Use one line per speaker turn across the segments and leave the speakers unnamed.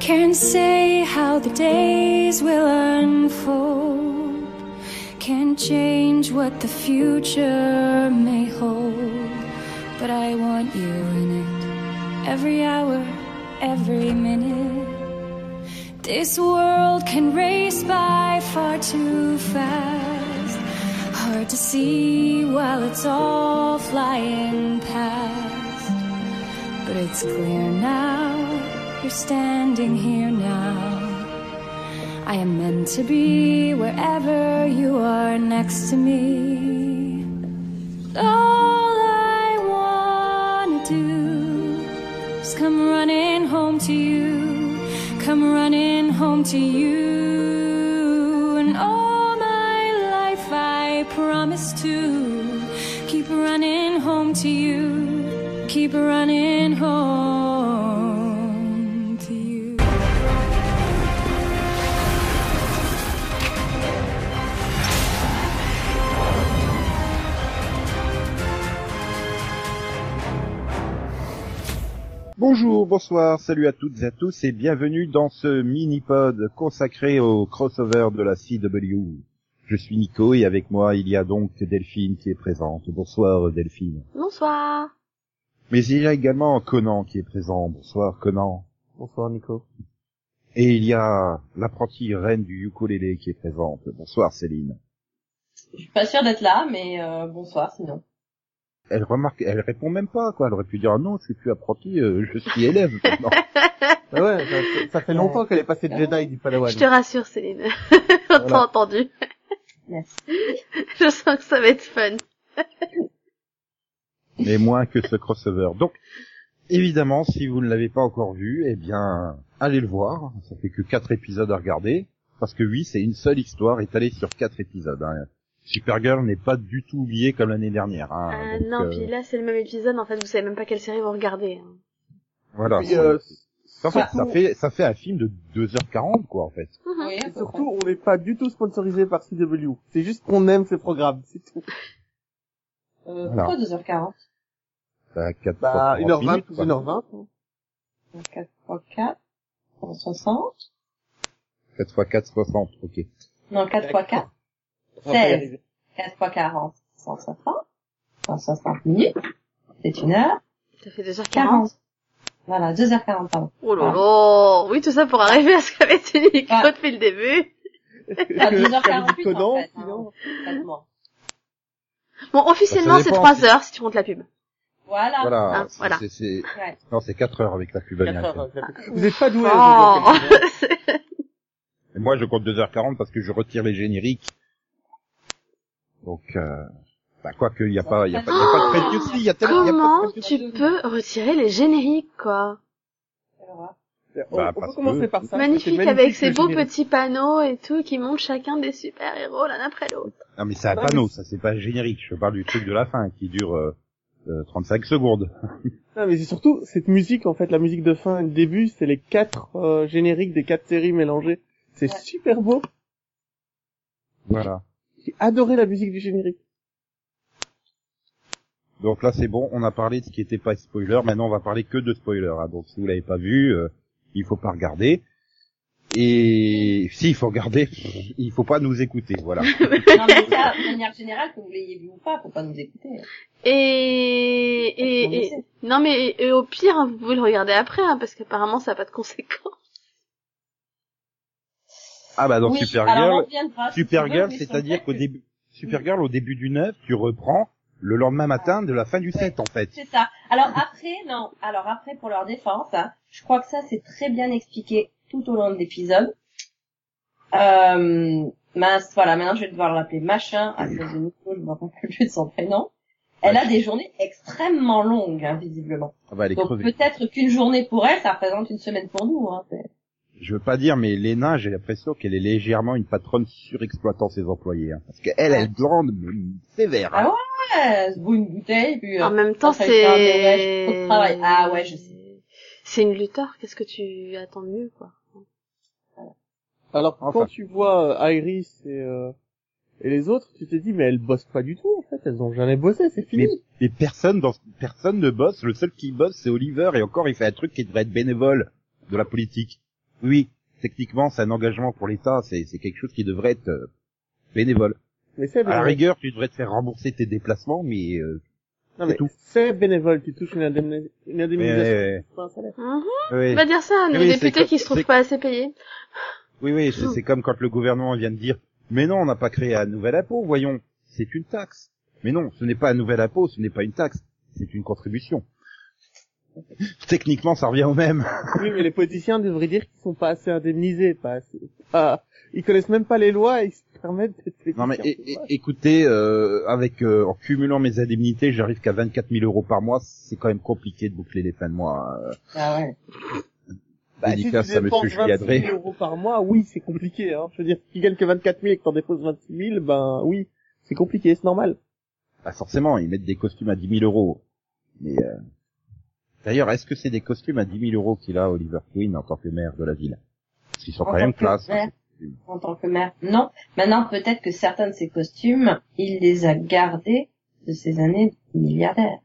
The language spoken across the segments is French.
Can't say how the days will unfold. Can't change what the future may hold. But I want you in it. Every hour, every minute. This world can race by far too fast. Hard to see while it's all flying past. But it's clear now, you're standing here now. I am meant to be wherever you are next to me. All I wanna do is come running home to you, come running home to you. And all my life I promise to keep running home to you, keep running home to you.
Bonjour, bonsoir, salut à toutes et à tous et bienvenue dans ce mini-pod consacré au crossover de la CW. Je suis Nico et avec moi il y a donc Delphine qui est présente. Bonsoir Delphine.
Bonsoir.
Mais il y a également Conan qui est présent. Bonsoir Conan.
Bonsoir Nico.
Et il y a l'apprentie reine du ukulélé qui est présente. Bonsoir Céline.
Je suis pas sûre d'être là, mais euh, bonsoir sinon.
Elle remarque, elle répond même pas quoi. Elle aurait pu dire ah non, je suis plus apprentie, euh, je suis élève maintenant.
Ah ouais, ça, ça fait longtemps qu'elle est passée de Jedi du Padawan.
Je te rassure, Céline. On t'a
Voilà.
entendu.
Merci.
Je sens que ça va être fun.
mais moins que ce crossover. Donc, évidemment, si vous ne l'avez pas encore vu, eh bien, allez le voir. Ça fait que quatre épisodes à regarder. Parce que oui, c'est une seule histoire étalée sur quatre épisodes. hein. Supergirl n'est pas du tout oubliée comme l'année dernière. hein.
Ah
Donc,
non,
euh,
puis là c'est le même épisode. En fait, vous savez même pas quelle série vous regardez. hein.
Voilà.
Puis, euh,
En fait, ça fait, ça fait un film de 2h40, quoi, en fait.
Mhm.
Oui, à peu
Et
près.
surtout, on n'est pas du tout sponsorisé par CW. C'est juste qu'on aime ces programmes, c'est tout.
Euh,
Voilà.
Pourquoi 2h40
Bah, 4
Bah, 1h20
minutes,
plus
quoi.
1h20.
4 fois 4, 160.
4 fois 4, 60, ok.
Non, 4 fois 4,
On va pas y
Seize.
arriver.
4 fois 40, 160. 160 minutes, c'est une heure.
Ça fait 2h40.
40. Voilà, 2h40, pardon.
Oh
Ah.
là là Oui, tout ça pour arriver à ce qu'avait dit Nico
Ah.
depuis le début. Ah,
Enfin,
Qu'avait dit
2h48
Conan,
en fait. Hein,
sinon
complètement.
Bon, officiellement
Bah, ça
c'est
dépend,
3 heures si tu comptes la pub.
Voilà.
Voilà.
Ah, voilà.
C'est, c'est-
Ouais.
Non, c'est 4 heures avec la pub américaine.
Vous n'êtes euh, pas doué.
Oh.
Et moi, je compte 2h40 parce que je retire les génériques. Donc, euh, bah, quoi que, il n'y a pas, il y a pas, y a
Ah
pas de preview. Si, il y a tellement, y a pas
Comment
de preview.
tu peux retirer les génériques quoi
Alors,
On,
Bah,
on peut
parce
commencer
que-
par ça.
magnifique,
C'était
avec ces
le
beaux
générique.
petits panneaux et tout qui montrent chacun des super héros l'un après l'autre.
Non, mais c'est un
Non,
panneau, ça, c'est pas un générique. Je parle du truc de la fin qui dure, euh, euh, 35 secondes.
Non, mais c'est surtout cette musique, en fait, la musique de fin et de début, c'est les quatre euh, génériques des quatre séries mélangées. C'est
Ouais.
super beau.
Voilà.
J'ai adoré la musique du générique.
Donc là, c'est bon. On a parlé de ce qui était pas spoiler. Maintenant, on va parler que de spoiler. hein. Donc, si vous l'avez pas vu, euh, il faut pas regarder. Et si il faut regarder, il faut pas nous écouter. Voilà.
non, mais ça, de manière générale, que vous l'ayez vu ou pas, faut pas nous écouter.
Et, et, et- non mais et- et au pire hein, vous pouvez le regarder après hein, parce qu'apparemment ça n'a pas de conséquences.
Ah bah dans
oui, alors, on
Supergirl,
reviendra, si tu veux,
Supergirl,
mais
c'est-à-dire qu'au début, Supergirl au début du 9, tu reprends le lendemain matin de la fin du 7 en fait.
C'est ça. Alors après, non. Alors après, pour leur défense, hein, je crois que ça c'est très bien expliqué tout au long de l'épisode. Euh, mince, voilà. Maintenant, je vais devoir l'appeler machin à cause de Nico. Je me rappelle plus de son prénom. Elle a des journées extrêmement longues, hein, visiblement.
Ah bah elle est
Donc
crevée.
peut-être qu'une journée pour elle, ça représente une semaine pour nous. Hein, c'est-
Je veux pas dire mais Lena, j'ai l'impression qu'elle est légèrement une patronne surexploitant ses employés hein. parce qu'elle elle blande mais sévère. hein.
Ah ouais, elle se bout une bouteille, puis euh,
En même temps,
après, elle fait un dégage,
c'est.
trop de travail. Ah ouais, je sais.
C'est une lutteur. Qu'est-ce que tu attends de mieux, quoi
Alors,
Enfin.
quand tu vois euh, Iris et, euh, et les autres, tu te dis, mais elles bossent pas du tout, en fait. Elles ont jamais bossé, c'est fini.
Mais, mais personne dans personne ne bosse, le seul qui bosse c'est Oliver et encore il fait un truc qui devrait être bénévole de la politique. Oui, techniquement, c'est un engagement pour l'État, c'est c'est quelque chose qui devrait être euh, bénévole.
Mais c'est
À la
bénévole.
rigueur, tu devrais te faire rembourser tes déplacements, mais... euh,
Non,
c'est
mais
tout.
c'est bénévole. Tu touches une, indemni- une indemnisation.
mais-
c'est pas un salaire.
Mhm.
Bah,
ouais.
Va dire ça à nos
Oui, c'est
députés
comme-
qui se trouvent
c'est-
pas assez payés.
Oui, oui, c'est c'est comme quand le gouvernement vient de dire, mais non, on n'a pas créé un nouvel impôt, voyons, c'est une taxe. Mais non, ce n'est pas un nouvel impôt, ce n'est pas une taxe, c'est une contribution. Techniquement, ça revient au même.
Oui, mais les politiciens devraient dire qu'ils sont pas assez indemnisés, pas assez. Ah, ils connaissent même pas les lois, ils se permettent d'être.
Non mais é- é- écoutez, euh, avec euh, en cumulant mes indemnités, j'arrive qu'à 24 000 euros par mois. C'est quand même compliqué de boucler les fins de mois. euh,
Ah ouais.
Bah, si tu
dédicace à
dépenses
Monsieur
26
Juliadré.
000 euros par mois, oui, c'est compliqué. Hein. Je veux dire, si tu gagnes que 24 000 et que t'en déposes 26 000, ben oui, c'est compliqué, c'est normal.
Bah forcément, ils mettent des costumes à 10 000 euros. Mais euh, d'ailleurs, est-ce que c'est des costumes à 10 000 euros qu'il a Oliver Queen en tant que maire de la ville Parce qu'ils sont quand
En
même
tant que
classe. hein.
maire. en tant que maire. Non. Maintenant, peut-être que certains de ses costumes, il les a gardés de ses années de milliardaire.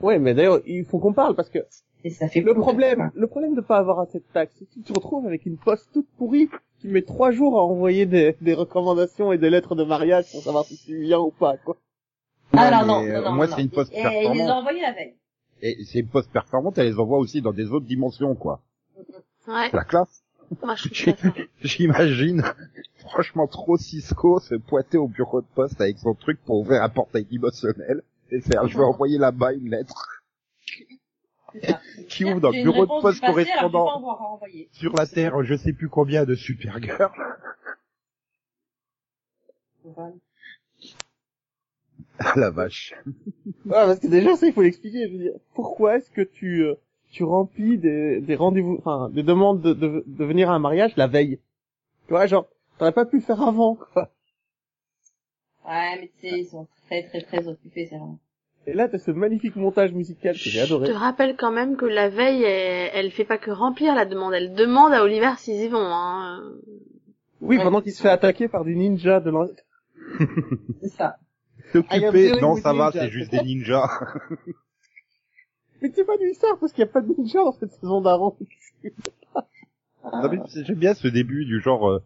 Ouais, mais d'ailleurs, il faut qu'on parle parce que
Et ça fait
le
peur.
problème, le problème de pas avoir assez de taxes, c'est que tu te retrouves avec une poste toute pourrie qui met trois jours à envoyer des, des recommandations et des lettres de mariage pour savoir si c'est bien ou pas, quoi.
Ah
Ouais,
non, non,
mais,
non,
euh,
non,
moi,
non,
c'est une
non.
poste
Et, et il les a
performante.
envoyés la veille.
Et ces postes performantes, elle les envoie aussi dans des autres dimensions, quoi.
Ouais,
C'est la classe.
moi je suis pas ça.
J'imagine, franchement, trop Cisco se pointer au bureau de poste avec son truc pour ouvrir un portail dimensionnel et faire, je vais envoyer là-bas une lettre qui ouvre dans
J'ai
le
une
bureau de
réponse
poste
du passé, alors je vais pas
correspondant
en voir à envoyer.
sur la Terre, je sais plus combien de Supergirl. Ah la vache.
Ouais, parce que déjà, ça, il faut l'expliquer. Je veux dire, pourquoi est-ce que tu, euh, tu remplis des, des rendez-vous, enfin, des demandes de, de, de venir à un mariage la veille? Tu vois, genre, t'aurais pas pu le faire avant, quoi.
Ouais, mais tu sais, ils sont très, très, très occupés, c'est vrai.
Et là, t'as ce magnifique montage musical que j'ai
Je
adoré.
te rappelle quand même que la veille, elle, elle fait pas que remplir la demande, elle demande à Oliver s'ils y vont. Hein.
Oui, pendant qu'il se fait attaquer par des ninjas de l'an...
C'est ça. Ah,
I am
T'occuper,
dealing
non
with
ça va,
ninjas.
c'est juste des ninjas.
Mais c'est pas du sort, parce qu'il n'y a pas de ninjas dans cette saison d'Aaron.
Ah
Non, mais c'est- j'aime bien ce début du genre euh,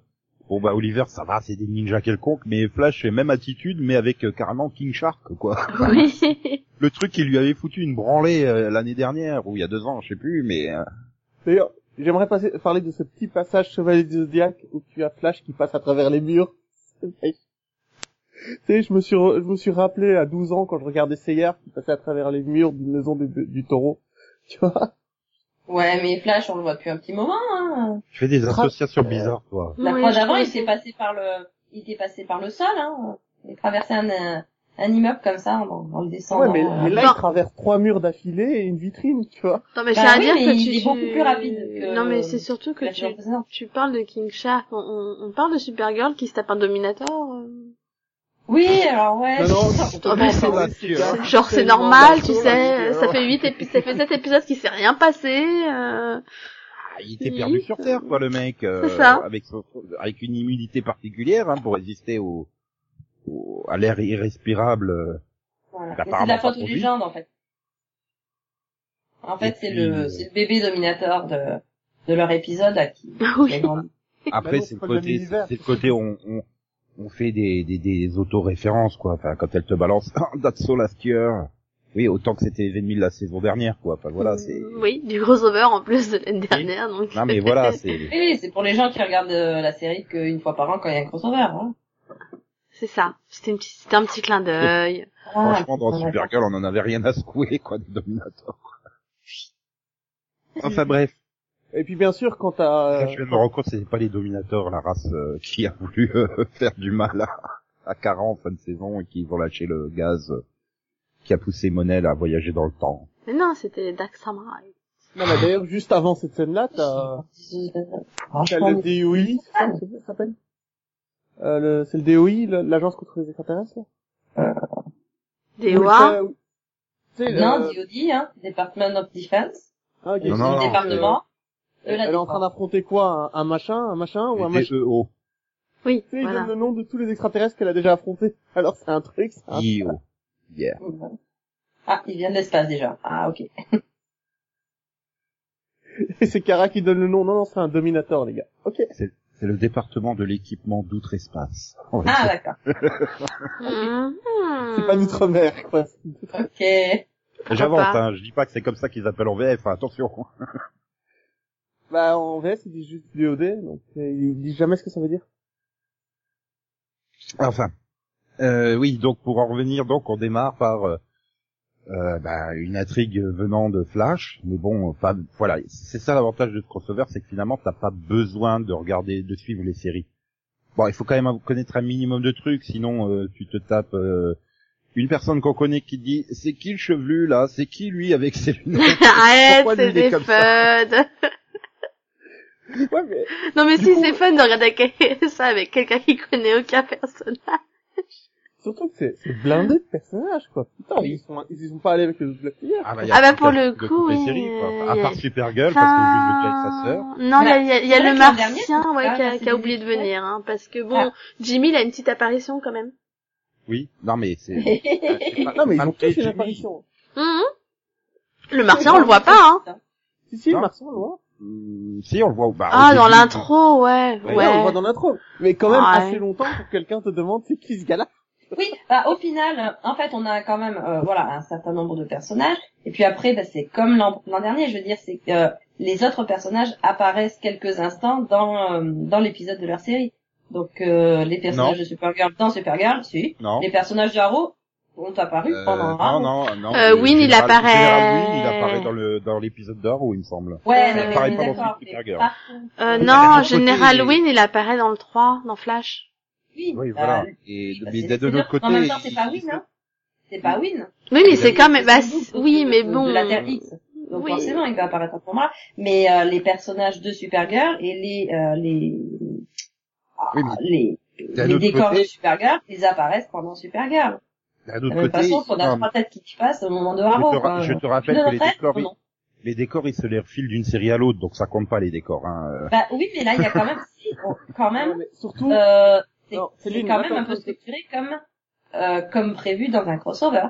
bon bah Oliver ça va c'est des ninjas quelconques mais Flash fait même attitude mais avec euh, carrément King Shark quoi.
Oui.
Le truc qui lui avait foutu une branlée euh, l'année dernière ou il y a deux ans je sais plus mais euh,
D'ailleurs, j'aimerais passer, parler de ce petit passage Chevalier du Zodiac où tu as Flash qui passe à travers les murs. tu sais, je me suis, re- je me suis rappelé à 12 ans quand je regardais Seyard qui passait à travers les murs d'une maison du, du taureau. Tu vois?
Ouais, mais Flash, on le voit depuis un petit moment, hein.
tu fais des
Tra-
associations bizarres toi.
La
Oui,
fois
je
d'avant,
crois
il s'est passé par le, il était passé par le sol, hein. Il traversait un, un, un immeuble comme ça, en, en le
Ouais,
descendant.
mais,
euh,
mais là,
Non.
il traverse trois murs d'affilée et une vitrine, tu vois.
Non mais
Bah
j'ai à
oui,
dire
mais
que
il
tu
est beaucoup
tu-
plus rapide que-
Non mais c'est surtout que
la
tu
saison précédente.
tu parles de King Shark, on, on, on parle de Supergirl qui se tape un Dominator. euh.
Oui, alors ouais.
Non, non,
Oh, c'est-
on
Ah, mais c'est-
parle de Seyard.
Genre c'est
Tellement
normal, tu
bateau, la
sais,
vidéo.
ça fait huit épi- ça fait 7 épisodes qui s'est rien passé. euh.
Ah, il était perdu sur terre quoi le mec euh,
C'est ça.
avec son- avec une immunité particulière hein, pour résister au, au- à l'air irrespirable. euh.
Voilà.
Bah,
Mais c'est de la
apparemment,
faute
ça
aux
produit.
légendes, en fait. En fait,
Et
c'est
puis,
le,
euh,
c'est le bébé Dominator de, de leur épisode à qui, qui a
Ah Oui.
grandi.
Après
Bah non,
c'est le
c'est pas le même
côté
univers.
c'est le côté on, on on fait des des, des autoréférences quoi. Enfin quand elle te balance That's so last year. Oui, autant que c'était les ennemis de la saison dernière quoi. Enfin voilà, c'est
Oui, du crossover en plus de l'année dernière donc.
Non mais voilà, c'est
Oui, oui, c'est pour les gens qui regardent euh, la série qu'une fois par an quand il y a un crossover. Hein.
C'est ça. C'était une petite- c'était un petit clin d'œil.
Ah,
franchement dans
ouais.
Supergirl, on en avait rien à secouer quoi des dominateurs.
Euh,
Enfin bref,
Et puis, bien sûr, quand t'as, euh,
je viens de me rendre compte c'était pas les dominateurs la race euh, qui a voulu euh, faire du mal à à Kara en fin de saison et qui vont lâcher le gaz euh, qui a poussé Monel à voyager dans le temps.
Mais non, c'était Dark Samurai.
non, mais d'ailleurs, juste avant cette scène-là, t'as, T'as
euh, Franchement,
le DOI, c'est ça, c'est ça ça s'appelle euh, le, C'est le DOI, le- l'agence contre les extraterrestres là
Des
Ou le-
Wa.
Tu sais, le-
non, DOD, hein, Department of Defense,
Ah,
Non,
ok, c'est
non,
le-
non,
département. Euh,
Elle euh, elle est en train d'affronter quoi un, un machin, un machin ou un
Les
machin
DEO.
Oui,
Tu sais, il
voilà.
donne le nom de tous les extraterrestres qu'elle a déjà affrontés. Alors c'est un truc, Ah, c'est un...
Io. Yeah.
Ah, il vient de l'espace déjà. Ah, ok.
Et c'est Kara qui donne le nom. Non, non, c'est un Dominator, les gars. Ok.
C'est le département de l'équipement d'outre-espace. On va
Ah,
dire.
d'accord.
Mhm.
C'est pas d'outre-mer, quoi.
Ok.
J'avance,
pas.
hein, je dis pas que c'est comme ça qu'ils appellent en VF, hein, attention.
Bah, en VS, il dit juste VOD, donc euh, il dit jamais ce que ça veut dire.
Enfin, euh, oui, donc pour en revenir, donc on démarre par euh, euh, bah, une intrigue venant de Flash, mais bon, pas, voilà, c'est ça l'avantage de ce crossover, c'est que finalement t'as pas besoin de regarder, de suivre les séries. Bon, il faut quand même connaître un minimum de trucs, sinon euh, tu te tapes euh, une personne qu'on connaît qui te dit c'est qui le chevelu là, c'est qui lui avec ses lunettes.
Arrête,
Pourquoi lui,
c'est
il est
des
comme
fun.
Ouais, mais
Non mais
Du
si
coup-
c'est fun de regarder quel- ça avec quelqu'un qui connaît aucun personnage.
surtout que c'est c'est blindé de personnages, quoi. Putain, ils sont, ils y sont pas allés avec les autres Black Tiger.
bah,
Ah bah, pour
de
le
toutes
coup,
les
oui,
séries, quoi.
euh,
à
y a-
part Supergirl parce que juste le gars avec sa sœur.
Ah, Non, il y a, y a- y a
C'est vrai
le
que l'an dernier, Ah, bah,
martien
c'était
ouais,
pas
qui a,
passé
qui a oublié de
du tout.
venir, hein, parce que bon,
Ah.
Jimmy il a une petite apparition quand même.
Oui, non mais c'est. c'est pas-
Non, mais ils
pas
ont
très
tous une
Jimmy.
apparition.
Mmh.
Hum, hum. Le martien on le voit pas, hein.
Si, si,
Non.
Marcel, on le voit.
Hmm, si, on le voit au bar.
Ah, dans l'intro,
Ouais,
ouais, ouais.
Ouais, on le voit dans l'intro. Mais quand même
Ouais.
assez longtemps pour que quelqu'un te demande c'est qui ce gars-là.
Oui, bah, au final, euh, en fait, on a quand même euh, voilà un certain nombre de personnages. Et puis après, bah, c'est comme l'an l'an dernier, je veux dire, c'est que euh, les autres personnages apparaissent quelques instants dans euh, dans l'épisode de leur série. Donc euh, les personnages
Non.
de Supergirl dans Supergirl, si.
Non.
Les personnages de Arrow ont apparu
Euh,
pendant
non,
Arrow.
non, non.
Euh,
le
Win, il
général- le
apparaît.
général Win, il apparaît dans le dans l'épisode d'Arrow, il me semble.
Ouais,
Il
non, mais
apparaît
on est
pas dans
d'accord, mais
Supergirl.
partout.
Euh,
Il a
non,
un
Général
côté-
Win il apparaît dans le 3, dans Flash.
Oui,
Oui,
bah,
voilà.
oui,
Et
bah,
mais
c'est-
de- de
c'est
l'autre
sûr.
côté.
En même temps, c'est
il-
pas Win, hein. C'est pas Win.
Ah,
Oui, mais c'est quand même, bah,
C'est
c'est- oui,
de-
mais
de-
bon. euh,
De la Terre X. Donc
Oui.
forcément, il va apparaître à ce moment-là. Mais euh, les personnages de Supergirl et les euh, les ah,
Oui, mais
les,
D'un
les
autre
décors
côté-
de Supergirl, ils apparaissent pendant Supergirl.
d'un
De
autre
la même
côté,
façon qu'on a
non,
trois têtes qui te passent au moment de
je,
Arrow.
te ra-
quoi.
je te rappelle
Une
que les
autre tête
décors,
Oh
ils,
non.
les décors, ils se les refilent d'une série à l'autre, donc ça compte pas les décors. Hein.
Bah oui, mais là, il y a quand même, si, on- quand
Ouais,
même,
mais surtout,
euh, c'est
Non, c'est
c'est
lui,
quand
mais
même un peu
attends.
structuré comme euh, comme prévu dans un crossover.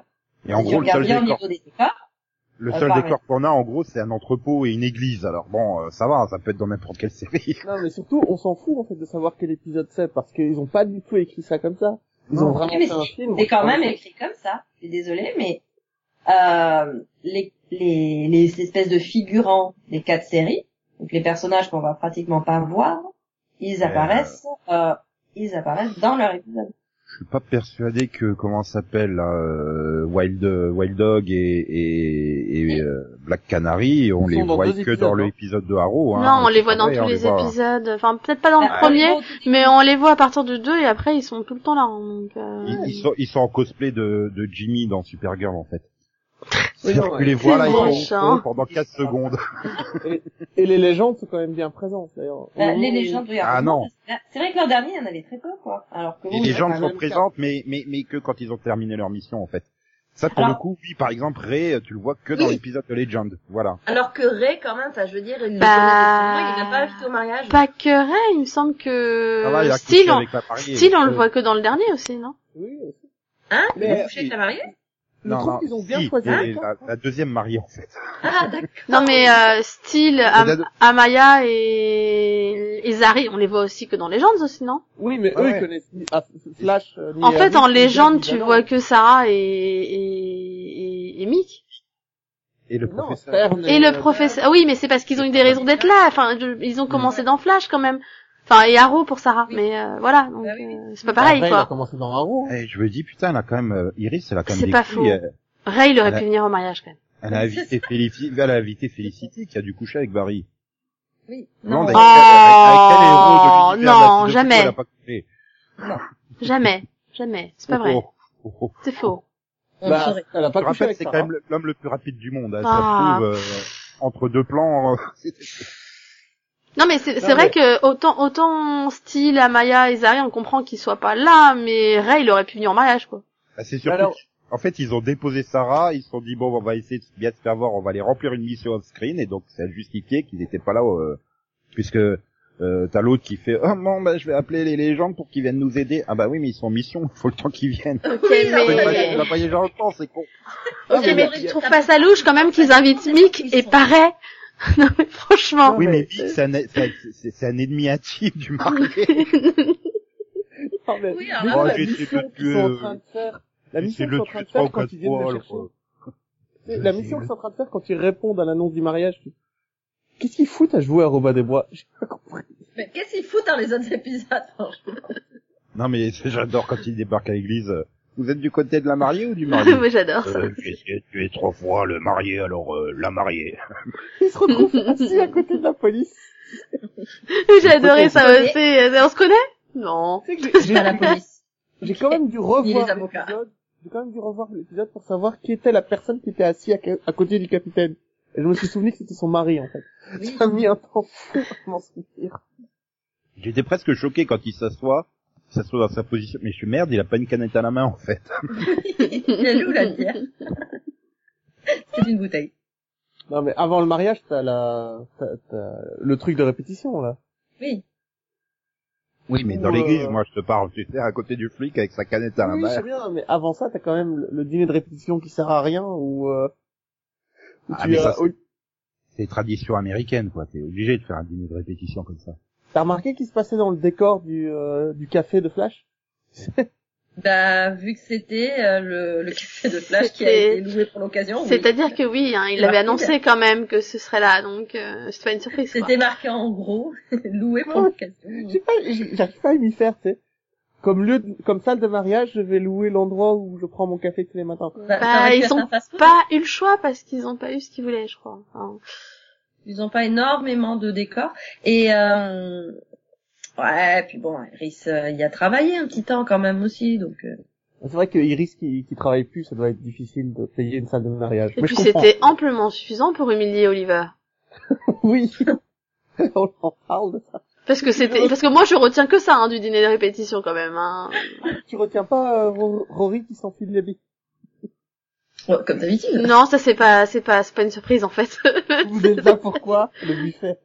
Et en
Bah, Si tu
gros, le
regardes
seul
bien au
décor,
niveau des décors,
le
euh,
seul
pareil.
décor qu'on a, en gros, c'est un entrepôt et une église. Alors bon, euh, ça va, ça peut être dans n'importe quelle série.
non, mais surtout, on s'en fout, en fait, de savoir quel épisode c'est, parce qu'ils ont pas du tout écrit ça comme ça. Ils
Non.
ont vraiment
Oui, mais
fait un film.
c'est quand même écrit comme ça. Je suis désolée, mais euh, les, les, les espèces de figurants des quatre séries, donc les personnages qu'on va pratiquement pas voir, ils
Euh.
apparaissent, euh, ils apparaissent dans leur épisode.
Je suis pas persuadé que comment ça s'appelle là, euh, Wild Wild Dog et, et, et, euh, Black Canary, on
Ils
les
sont dans
voit
deux
que
épisodes,
dans
hein.
l'épisode de Arrow. Hein,
non, on
C'est
les voit
pas
dans
vrai, on
tous
les
les
voit-
épisodes. Enfin, peut-être pas dans le
Bah,
premier,
au niveau du-
mais on les voit à partir du 2 et après ils sont tout le temps là. donc, euh,
Ils, ils sont ils sont en cosplay de, de Jimmy dans Supergirl en fait.
Oui, non,
C'est-à-dire que
ouais.
les voix là,
C'est
ils sont au
méchant.
fond pendant 4 secondes.
Et les légendes sont quand même bien présentes, d'ailleurs.
Bah,
Au
les
moment où-
légendes, oui,
Ah, non.
heureusement, parce que là- C'est vrai que l'an dernier, il y en avait très peu, quoi. Alors que
Et
vous,
les
il y en a
gens
quand
sont
même-
présentes, mais mais mais que quand ils ont terminé leur mission en fait. Ça pour
Alors-
le coup, oui, par exemple Ray, euh, tu le vois que dans
Oui.
l'épisode de Legend. Voilà.
Alors que Ray, quand même, enfin, je veux dire, il le
Bah,
connaît personnellement, il n'a pas invité au mariage.
Bah,
Pas que Ray, il me semble que
Ah là, il a couché
Style, on...
avec la mariée.
Style, on le
Euh,
voit que dans le dernier aussi, non
Oui, aussi.
Hein?
Mais-
Bah,
Il a couché avec la mariée?
Je trouve qu'ils ont bien
si,
choisi.
et la, la deuxième mariée en fait.
Ah, d'accord.
Non mais euh, Style, Am-
dado-
Amaya et... et Zari, on les voit aussi que dans Legends aussi, non
Oui, mais
Ouais,
eux,
ouais.
ils connaissent ni- ah, Flash. euh, ni-
En fait,
ni-
en
ni-
Légende,
ni-
tu
ni-
vois que Sarah et, et... et- et Mick.
Et le
Non, euh,
professeur.
Stern
Et le professeur... Ah oui, mais c'est hein. parce qu'ils ont eu des raisons d'être là. Enfin, je- ils ont commencé dans Flash quand même. Enfin, et Arrow pour Sarah. Mais euh, voilà, donc
Bah oui.
euh, c'est pas pareil,
Après, Il a
quoi.
commencé dans Arrow.
Et eh, je me dis putain, elle a quand même euh, Iris, elle a quand même
C'est
des
pas
couilles,
faux.
Elle,
Ray, il aurait
Elle a-
pu venir au mariage quand même.
elle a invité Félicité, elle a invité Félicité qui a dû coucher avec Barry.
Oui.
Non, avec,
Oh,
avec quel héros de l'univers de la
non,
Sudoku
jamais.
Elle a pas couché.
Jamais, jamais. C'est pas vrai.
Oh, oh, oh, oh.
C'est faux.
on le
Bah,
saurait.
elle a
Je
pas
te
couché
rappelle,
avec
c'est
ça. hein.
quand même le- l'homme le plus rapide du monde. hein.
Ah.
Ça se trouve euh, entre deux plans. euh,
Non mais c'est
Non,
c'est vrai
mais-
que autant autant Style, Amaya et Zari, on comprend qu'ils soient pas là, mais Ray il aurait pu venir en mariage quoi.
bah, c'est sûr.
Alors-
En fait, ils ont déposé Sarah. Ils se sont dit bon, on va essayer de bien se faire voir. On va les remplir une mission off screen. Et donc, ça justifiait qu'ils n'étaient pas là, euh, puisque euh, t'as l'autre qui fait ah bon, bah, je vais appeler les, les gens pour qu'ils viennent nous aider. Ah bah oui, mais ils sont en mission. Faut le temps qu'ils viennent.
Ok
On va pas-
mais
on va pas y aller dans le temps, c'est con.
ok mais
Ah, mais
tu trouves pas ça louche quand même qu'ils invitent Mick et pas Ray non mais franchement.
oui,
Ah, mais-
mais Vic, c'est un, c'est- c'est- c'est un ennemi intime du marché.
Non, mais-
ah,
Oui, alors
mais
là,
non,
la
la
mission
mission
que
qu'ils
tu
sont en
veux-
train de faire, la
Et
mission
c'est
qu'ils
le
sont en train de
tuer trois
faire
ou
quand
quatre
ils viennent
fois,
le
alors,
chercher.
quoi.
C'est La mission
C'est-
qu'ils sont en train de faire quand ils répondent à l'annonce du mariage. tu- Qu'est-ce qu'ils foutent à jouer à Robin des Bois J'ai pas compris.
Mais qu'est-ce qu'ils foutent dans les autres épisodes, franchement
Non, mais c'est- j'adore quand il débarque à l'église. euh, Vous êtes du côté de la mariée ou du marié
Moi j'adore ça.
euh, J'ai essayé de tuer trois fois le marié, alors euh, la mariée.
Ils se retrouvent assis à côté de la police.
J'ai adoré ça
connaît.
aussi. Euh, On se connaît Non.
Tu sais que j'ai-
Pas la
j'ai-
police.
J'ai quand même dû
Ni
revoir
les avocats.
l'épisode. J'ai quand même dû revoir l'épisode pour savoir qui était la personne qui était assise à, ca- à côté du capitaine. Et je me suis souvenu que c'était son mari en fait.
Oui.
Ça a mis un temps fou à m'en souvenir.
J'étais presque choqué quand il s'assoit, il s'assoit dans sa position. Mais je suis merde, il a pas une canette à la main en fait.
Il est où la bière C'est une bouteille.
Non mais avant le mariage, t'as la, t'as, t'as le truc de répétition là.
Oui.
Oui, mais dans
Ou,
l'église,
euh,
moi je te parle, tu sais, à côté du flic avec sa canette à la
Oui, je sais
main.
bien, mais avant ça, t'as quand même le- le dîner de répétition qui sert à rien ou. Euh, où
Ah,
tu
mais
as-
ça, c'est-
où-
C'est tradition américaine, quoi. T'es obligé de faire un dîner de répétition comme ça.
T'as remarqué qu'il se passait dans le décor du euh, du café de Flash
Bah, vu que c'était euh, le, le café de Flash qui a
C'était-
été loué pour l'occasion. oui.
C'est-à-dire que oui, hein, il
Marqué.
l'avait annoncé quand même que ce serait là, donc euh, c'était pas une surprise. Quoi.
C'était marqué en gros, loué pour
Oh.
Ouais.
l'occasion.
J'ai pas, j'ai- j'arrive pas à m'y faire, tu sais. Comme lieu, de- comme salle de mariage, je vais louer l'endroit où je prends mon café tous les matins.
Bah,
Bah,
ça aurait pu
ils
être
sont
un fast-food.
Pas eu le choix parce qu'ils ont pas eu ce qu'ils voulaient, je crois. Enfin,
Ils ont pas énormément de décors. Et euh, ouais, puis bon, Iris, euh, il a travaillé un petit temps quand même aussi, donc. euh,
C'est vrai que Iris qui, qui travaille plus, ça doit être difficile de payer une salle de mariage.
Et
mais
puis
je comprends.
c'était amplement suffisant pour humilier Oliver.
Oui. On en parle de ça.
Parce que c'était, parce que moi je retiens que ça hein, du dîner de répétition quand même. Hein.
Tu retiens pas euh, Ro- Rory qui s'enfile les billes.
ouais, comme d'habitude.
Non, ça c'est pas, c'est pas, c'est pas une surprise en fait.
Vous êtes là pourquoi Le buffet.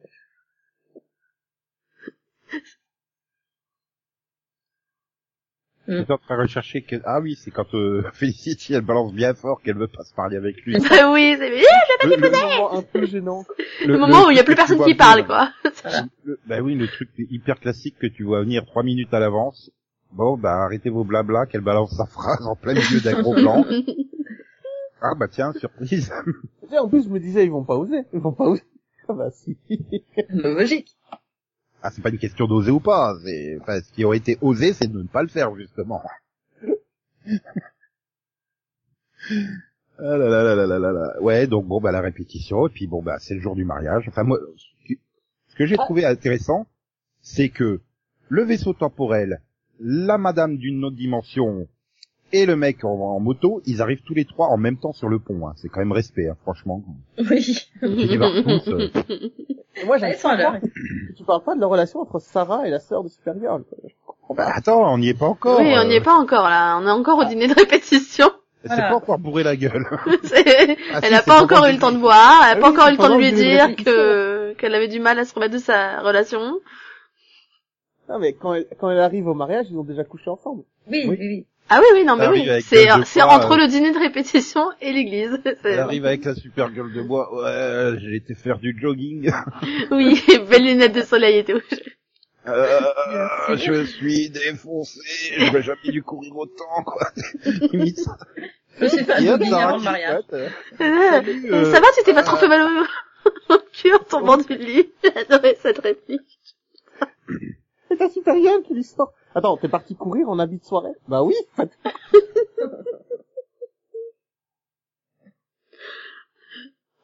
J'étais en train de rechercher que... Ah oui, c'est quand euh, Felicity, elle balance bien fort qu'elle veut pas se parler avec lui.
bah oui, c'est
Le, le-
C'est un moment un peu gênant.
le, moment où il y a plus
truc que tu
personne
vois
qui
venir.
parle quoi.
Le- Bah oui, le truc hyper classique que tu vois venir trois minutes à l'avance. Bon, bah arrêtez vos blabla, qu'elle balance sa phrase en plein milieu d'un gros plan. Ah bah tiens, surprise.
Tu sais, en plus, je me disais, ils vont pas oser. Ils vont pas oser. Ah bah si.
Logique.
Ah, c'est pas une question d'oser ou pas. C'est, enfin, ce qui aurait été osé, c'est de ne pas le faire, justement. ah là là là là là là là. Ouais, donc bon, bah, la répétition, et puis bon, bah, c'est le jour du mariage. Enfin, moi, ce qui- ce que j'ai
Ah.
trouvé intéressant, c'est que le vaisseau temporel, la madame d'une autre dimension, et le mec en, en moto, ils arrivent tous les trois en même temps sur le pont. hein. C'est quand même respect, hein, franchement.
Oui.
Tu les vois tous, euh,
Et moi,
Ils
j'arrive
sont à l'heure.
Tu parles pas de la relation entre Sarah et la sœur de Supergirl. quoi.
bah, attends, on n'y est pas encore.
oui, on n'y est
euh,
pas encore là. On est encore au dîner de répétition.
C'est
Voilà.
pas encore bourré la gueule.
C'est-
Ah,
elle
si,
n'a
c'est
pas
pendant
encore eu
le
le temps de voir, elle n'a
Ah
pas
oui,
encore
c'est
eu le temps de
pendant
lui
le dîner de
dire
répétition.
que qu'elle avait du mal à se remettre de sa relation.
Non, mais quand elle, quand elle arrive au mariage, ils ont déjà couché ensemble.
Oui, oui, oui.
Ah oui, oui, non, mais
Elle arrive
oui.
avec
C'est
deux
c'est
fois,
entre
euh,
le dîner de répétition et l'église. C'est-
Elle arrive avec la super gueule de bois. Ouais, j'ai été faire du jogging.
Oui, belles lunettes de soleil et tout.
Euh,
Merci.
je suis défoncé. J'aurais jamais dû courir autant, quoi. Limite ça.
Je suis pas
Et hop,
jogging
Sarah
avant le
qui
mariage.
flotte.
Euh,
Salut, hein. euh,
Ça va, tu t'es pas trop
euh,
fait mal au, au cul en tombant du lit J'ai adoré cette réplique.
C'est ta Supergirl qui lui sort. Attends, t'es parti courir en habit de soirée Bah oui, en fait.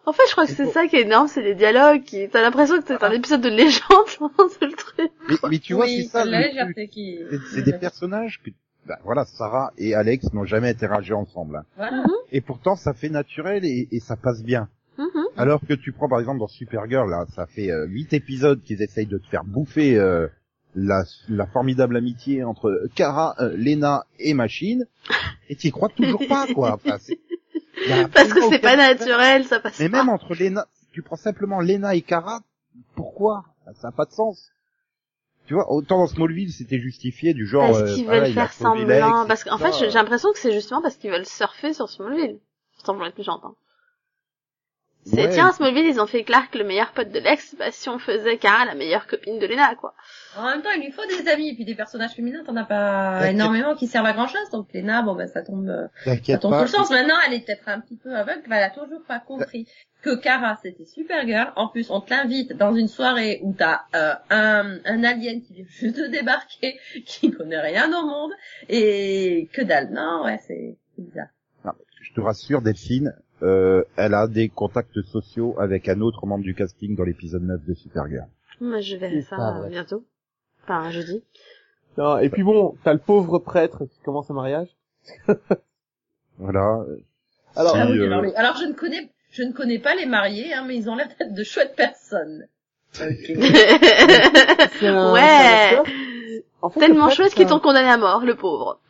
En fait, je crois que c'est ça qui est énorme, c'est les dialogues. qui- T'as l'impression que c'est un épisode de légende dans un seul truc.
Mais, mais tu vois,
oui,
c'est ça.
la
le truc.
légèreté qui.
C'est c'est des personnages que, bah, voilà, Sarah et Alex n'ont jamais interagi ensemble. hein.
Voilà.
Et pourtant, ça fait naturel et, et ça passe bien.
Mhm.
Alors que tu prends par exemple dans Supergirl, là, ça fait euh, huit épisodes qu'ils essayent de te faire bouffer euh, la, la formidable amitié entre Kara, euh, Lena et Machine, et t'y crois toujours pas, quoi. Enfin, c'est- y a
Parce que
absolument
c'est pas
aucun-
naturel, ça passe
Mais
pas.
même entre Lena, tu prends simplement Lena et Kara, pourquoi Ça n'a pas de sens. Tu vois, autant dans Smallville, c'était justifié du genre...
Parce
euh,
qu'ils
voilà,
veulent
il a
faire
sauvé Lex, euh,
semblant. Parce qu'en
etc.
fait, j'ai j'ai l'impression que c'est justement parce qu'ils veulent surfer sur Smallville. Semblant être méchante. Hein. c'est
Ouais.
tiens, Smallville, ils ont fait Clark le meilleur pote de Lex, bah si on faisait Kara la meilleure copine de Lena, quoi.
En même temps, il lui faut des amis et puis des personnages féminins, t'en as pas
T'inquiète.
énormément qui servent à grand chose. Donc Lena, bon ben ça tombe, euh, ça
T'inquiète
tombe sous
pas.
le sens. Maintenant, elle est peut-être un petit peu aveugle, mais elle a toujours pas compris que Kara c'était Supergirl. En plus, on te l'invite dans une soirée où t'as euh, un, un alien qui vient juste de débarquer, qui connaît rien au monde et que dalle. Non, ouais, c'est c'est bizarre.
Je te rassure, Delphine, euh, elle a des contacts sociaux avec un autre membre du casting dans l'épisode 9 de Supergirl.
Moi, je verrai
C'est
ça
pas
euh,
vrai.
bientôt. Enfin, jeudi.
Non, et puis bon, t'as le pauvre prêtre qui commence un mariage.
Voilà.
Alors,
Si,
Ah oui,
euh,
alors, les- alors, je ne connais, je ne connais pas les mariés, hein, mais ils ont l'air d'être de chouettes personnes.
c'est un- c'est un
ouais.
acteur. En fait,
Tellement
le prêtre,
chouette
c'est
qu'ils
un-
t'ont condamné à mort, le pauvre.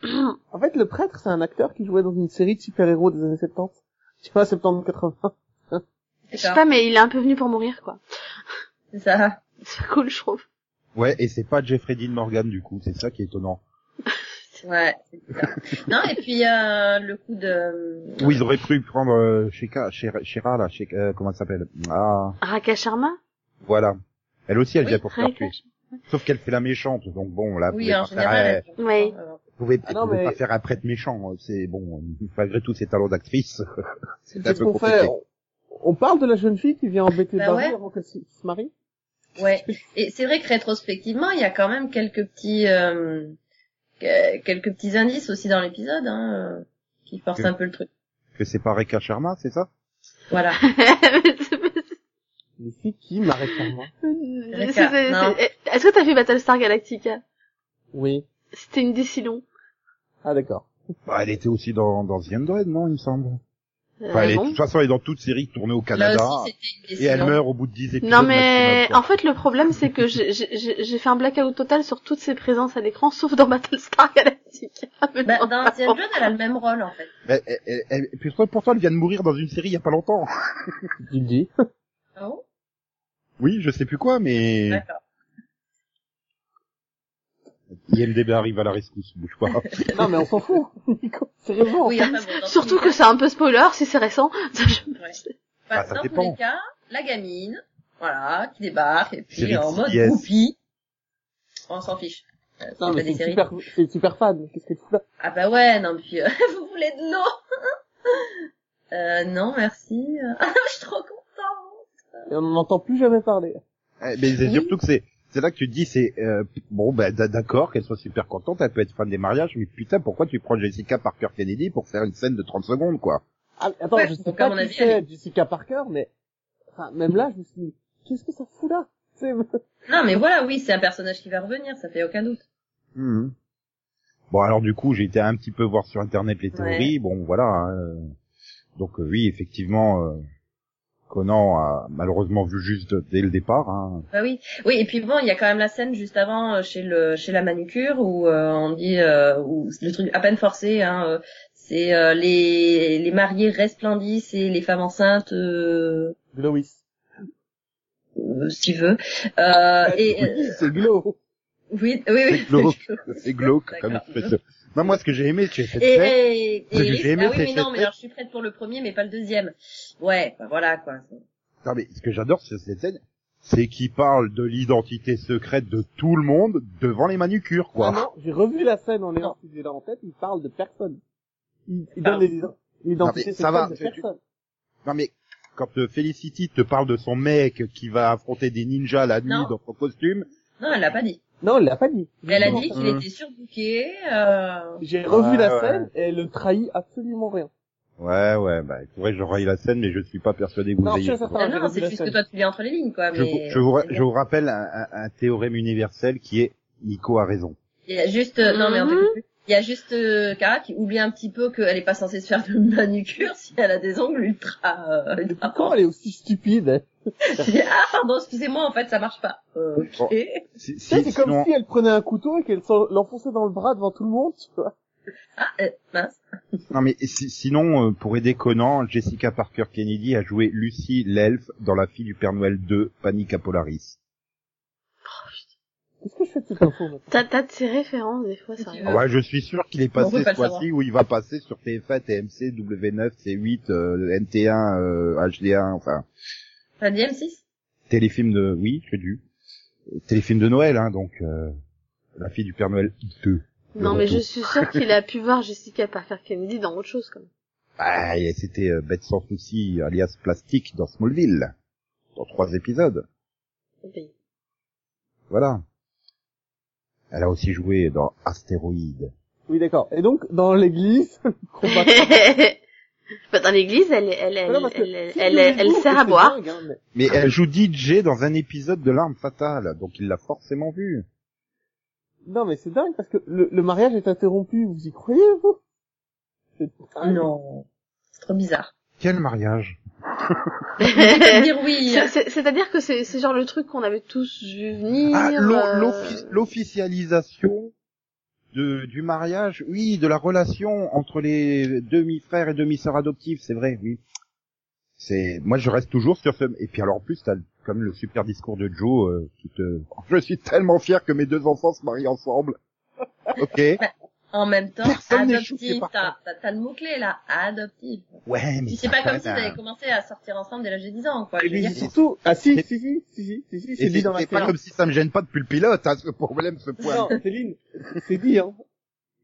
En fait, le prêtre, c'est un acteur qui jouait dans une série de super-héros des années 70. Tu vois, 70-80.
Je sais pas, mais il est un peu venu pour mourir, quoi.
C'est ça.
C'est cool, je trouve.
Ouais, et c'est pas Jeffrey Dean Morgan du coup, c'est ça qui est étonnant.
Ouais, c'est bizarre. non, et puis euh, le coup de...
Ou ils auraient pu prendre euh, Sheka, Shera, Shera, là, Sheka- euh, comment elle s'appelle Ah,
Raka Sharma?
voilà. Elle aussi, elle
Oui,
vient pour se faire
Raka
tuer. Sauf qu'elle fait la méchante, donc bon, là, vous
Oui,
pouvez
en
pas faire,
général...
euh,
elle-
Oui.
Euh,
vous pouvez,
Ah non,
vous pouvez
mais-
pas faire un prêtre méchant. euh, C'est bon, euh, malgré tous ses talents d'actrice.
C'est
un
ce
peu
qu'on
compliqué.
fait. On, on parle de la jeune fille qui vient embêter
Bah
Barry
ouais.
avant qu'elle se se marie.
Ouais. Et c'est vrai que rétrospectivement, il y a quand même quelques petits... euh, que- quelques petits indices aussi dans l'épisode, hein, euh, qui forcent
Que-
un peu le truc.
Que c'est pas Rekha Sharma, c'est ça
Voilà.
Les filles qui m'arrêtent moi.
C'est- c'est-
Raka,
c'est- eh,
non.
Est-ce que t'as vu Battlestar Galactica?
Oui.
C'était une décision.
Ah, d'accord.
bah, Elle était aussi dans, dans The Android, non, il me semble
Euh,
Enfin, elle est- De
bon. Euh,
toute façon, elle est dans toute série tournée au Canada.
Là aussi, c'était une
et elle
décision.
meurt au bout de 10 épisodes.
Non mais
maximum, quoi.
en fait le problème c'est que j'ai- j'ai j'ai- j'ai fait un blackout total sur toutes ses présences à l'écran sauf dans Battlestar Galactica. Mais
Bah,
non,
dans
pas
The John, elle a le même rôle, en fait.
Mais elle- elle- elle- et puis toi, pourtant, elle vient de mourir dans une série il y a pas longtemps.
Tu le dis.
Ah bon
Oui, je sais plus quoi, mais
D'accord.
IMDB arrive à la rescousse, bouge pas.
non, mais on s'en fout. Nico, sérieusement.
Oui, enfin, bon, dans
Surtout
tous
que
les
c'est un peu spoiler si c'est récent.
cas- ouais.
Ah,
Enfin,
ça
dans tous
dépend.
les cas, la gamine, voilà, qui débarque, et puis
Série
en mode
CBS.
groupie, on s'en fiche. Euh,
Non,
c'est pas des
mais c'est une
séries.
super, c'est une super fan. Qu'est-ce qu'elle fout là?
Ah bah ouais, non, mais puis euh, vous voulez de l'eau Euh, non, merci. Euh, Ah, je suis trop contente
Et on n'en entend plus jamais parler.
Eh, mais c'est
Oui.
surtout que c'est c'est là que tu te dis c'est euh, bon ben d- d'accord qu'elle soit super contente, elle peut être fan des mariages, mais putain pourquoi tu prends Jessica Parker Kennedy pour faire une scène de 30 secondes quoi
Ah, mais attends,
Ouais,
je sais
donc,
pas
à mon
qui
avis,
c'est Jessica Parker, mais, enfin, même là, je me suis dit, qu'est-ce que ça fout là? C'est,
Non, mais voilà, oui, c'est un personnage qui va revenir, ça fait aucun doute.
Mhm. Bon alors du coup j'ai été un petit peu voir sur internet les théories, bon voilà. hein. Donc euh, oui effectivement euh, Conan a malheureusement vu juste dès le départ. Hein.
Bah oui, oui, et puis bon, il y a quand même la scène juste avant euh, chez le chez la manucure où euh, on dit euh, où le truc à peine forcé, hein, euh, c'est euh, les les mariés resplendissent et les femmes enceintes, euh,
Glowis.
euh, si tu veux. Euh, et euh,
Oui, c'est Glow.
oui, oui, oui.
C'est glauque. C'est glauque comme
D'accord.
espèce. de- Non moi ce que j'ai aimé chez cette
Et,
scène,
et, et,
Parce que
Iris-
j'ai aimé
ah oui,
tes
mais non, mais
chaussettes.
alors je suis prête pour le premier, mais pas le deuxième. Ouais, bah voilà quoi. euh,
Non, mais ce que j'adore sur cette scène, c'est qu'il parle de l'identité secrète de tout le monde devant les manucures,
Ah
quoi.
non, j'ai revu la scène en ayant j'ai là en tête, il parle de personne. Il, il donne
Ah.
les ident- l'identité
Non, mais ça va,
sexuelle de
tu- tu-
personne.
non, mais quand euh, Felicity te parle de son mec qui va affronter des ninjas la nuit
Non.
dans son costume,
Non, elle l'a pas dit.
Non, elle l'a pas dit.
Elle a
Justement.
dit qu'il
Euh.
était surbooké. Euh...
J'ai revu
Ouais,
la
ouais.
scène et elle ne trahit absolument rien.
ouais, ouais, bah, il faudrait que je raille la scène, mais je suis pas persuadé que vous
Non, je
ayez.
suis certain.
Ah
j'ai
non,
revu
c'est
la
juste
scène.
que toi tu lis entre les lignes quoi.
Je vous,
mais...
je, vous, je vous rappelle un, un- un théorème universel qui est Nico a raison.
Il y a juste, euh, non mais on
Mhm.
t'écoute plus. Il y a juste euh, Cara qui oublie un petit peu qu'elle est pas censée se faire de manucure si elle a des ongles ultra. Euh,
Et
ultra
pourquoi elle est aussi stupide elle
Elle dit, ah pardon, excusez-moi, en fait ça marche pas. Euh,
Bon.
ok.
Si,
Tu sais,
si,
C'est comme
sinon-
si elle prenait un couteau et qu'elle s'en- l'enfonçait dans le bras devant tout le monde, tu vois.
Ah euh, mince.
Non mais si- sinon, euh, pour aider Conan, Jessica Parker Kennedy a joué Lucy l'elfe dans La fille du Père Noël 2, Panique à Polaris.
Qu'est-ce que je fais de cette info maintenant
T'as, t'as de ces références, des fois,
Si tu
sérieux.
veux.
Ah ouais, je suis sûr qu'il est
On
passé
peut pas
ce
le
fois-ci où il va passer sur TF1, TMC, W9, C8, euh, NT1, euh, HD1, enfin,
T'as dit M6
téléfilm de, oui, que du, téléfilm de Noël, hein, donc, euh, la fille du Père Noël 2.
Non, mais
retour.
je suis sûre qu'il a pu voir Jessica Parker Kennedy dans autre chose, quand même.
Ah, et c'était euh, Bête sans souci, alias Plastique, dans Smallville, dans trois épisodes,
Oui.
voilà. Elle a aussi joué dans Astéroïde.
Oui, d'accord. Et donc, dans l'église, le combat...
Bah, dans l'église, elle, elle,
Mais
elle,
non, parce que
elle, elle,
si
elle,
je
elle
l'ai vu,
sert à
c'est
boire.
dingue, hein, mais-
Mais elle joue DJ dans un épisode de L'Arme Fatale, donc il l'a forcément vue.
Non, mais c'est dingue, parce que le, le mariage est interrompu, vous y croyez, vous C'est
Ah,
dingue.
Non. C'est trop bizarre.
Quel mariage
Je vais te dire oui. hein.
C'est- c'est- C'est-à-dire que c'est c'est genre le truc qu'on avait tous vu venir.
Ah, l'o-
euh,
l'offi- l'officialisation de, du mariage, oui, de la relation entre les demi-frères et demi-sœurs adoptives, c'est vrai, oui. C'est, moi, je reste toujours sur ce, et puis alors, en plus, t'as le- comme le super discours de Joe, euh, qui te, je suis tellement fier que mes deux enfants se marient ensemble. ok.
En même temps,
Personne n'est choqué
adoptive.
par
T'as t'as- t'as le mot-clé, là. Adoptive.
Ouais, mais.
Puis c'est
t'as
pas comme
quand
si
même un-
avaient commencé à sortir ensemble dès l'âge de 10 ans, quoi. Je veux
Oui,
dire,
Et surtout, ah si, si, si, si, si, si, si, c'est
Et
dit
c'est
dans la
c'est pas
série.
comme si ça me gêne pas depuis le pilote, hein, ce problème, ce point.
Non, Céline, c'est dit, hein.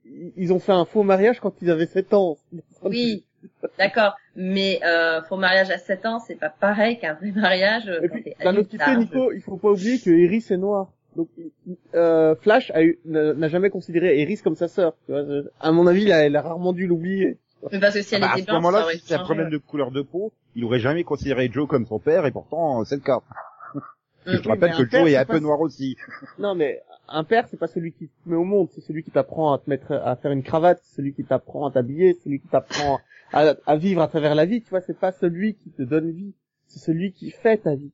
Ils ils ont fait un faux mariage quand ils avaient 7 ans.
Oui, d'accord. Mais euh, faux mariage à 7 ans, c'est pas pareil qu'un vrai mariage euh,
Et
quand
puis,
t'es
d'un autre
adulte.
côté, Nico, il faut pas oublier que Iris est noire. Donc, euh, Flash a eu- n'a n'a jamais considéré Iris comme sa sœur. tu vois. Je- À mon avis, il a, il a rarement dû l'oublier.
Mais parce que
Ah
si elle
bah, à
était
ce
blanche, ça
moment-là,
aurait
si c'est un
changé,
problème
ouais.
de couleur de peau, il aurait jamais considéré Joe comme son père, et pourtant, euh, c'est le cas.
Mm.
Je te rappelle
mais
que
un père,
Joe est
c'est
un
pas-
peu noir aussi.
Non, mais un père, c'est pas celui qui te met au monde, c'est celui qui t'apprend à te mettre, à faire une cravate, c'est celui qui t'apprend à t'habiller, c'est celui qui t'apprend à, à vivre à travers la vie. Tu vois, c'est pas celui qui te donne vie, c'est celui qui fait ta vie.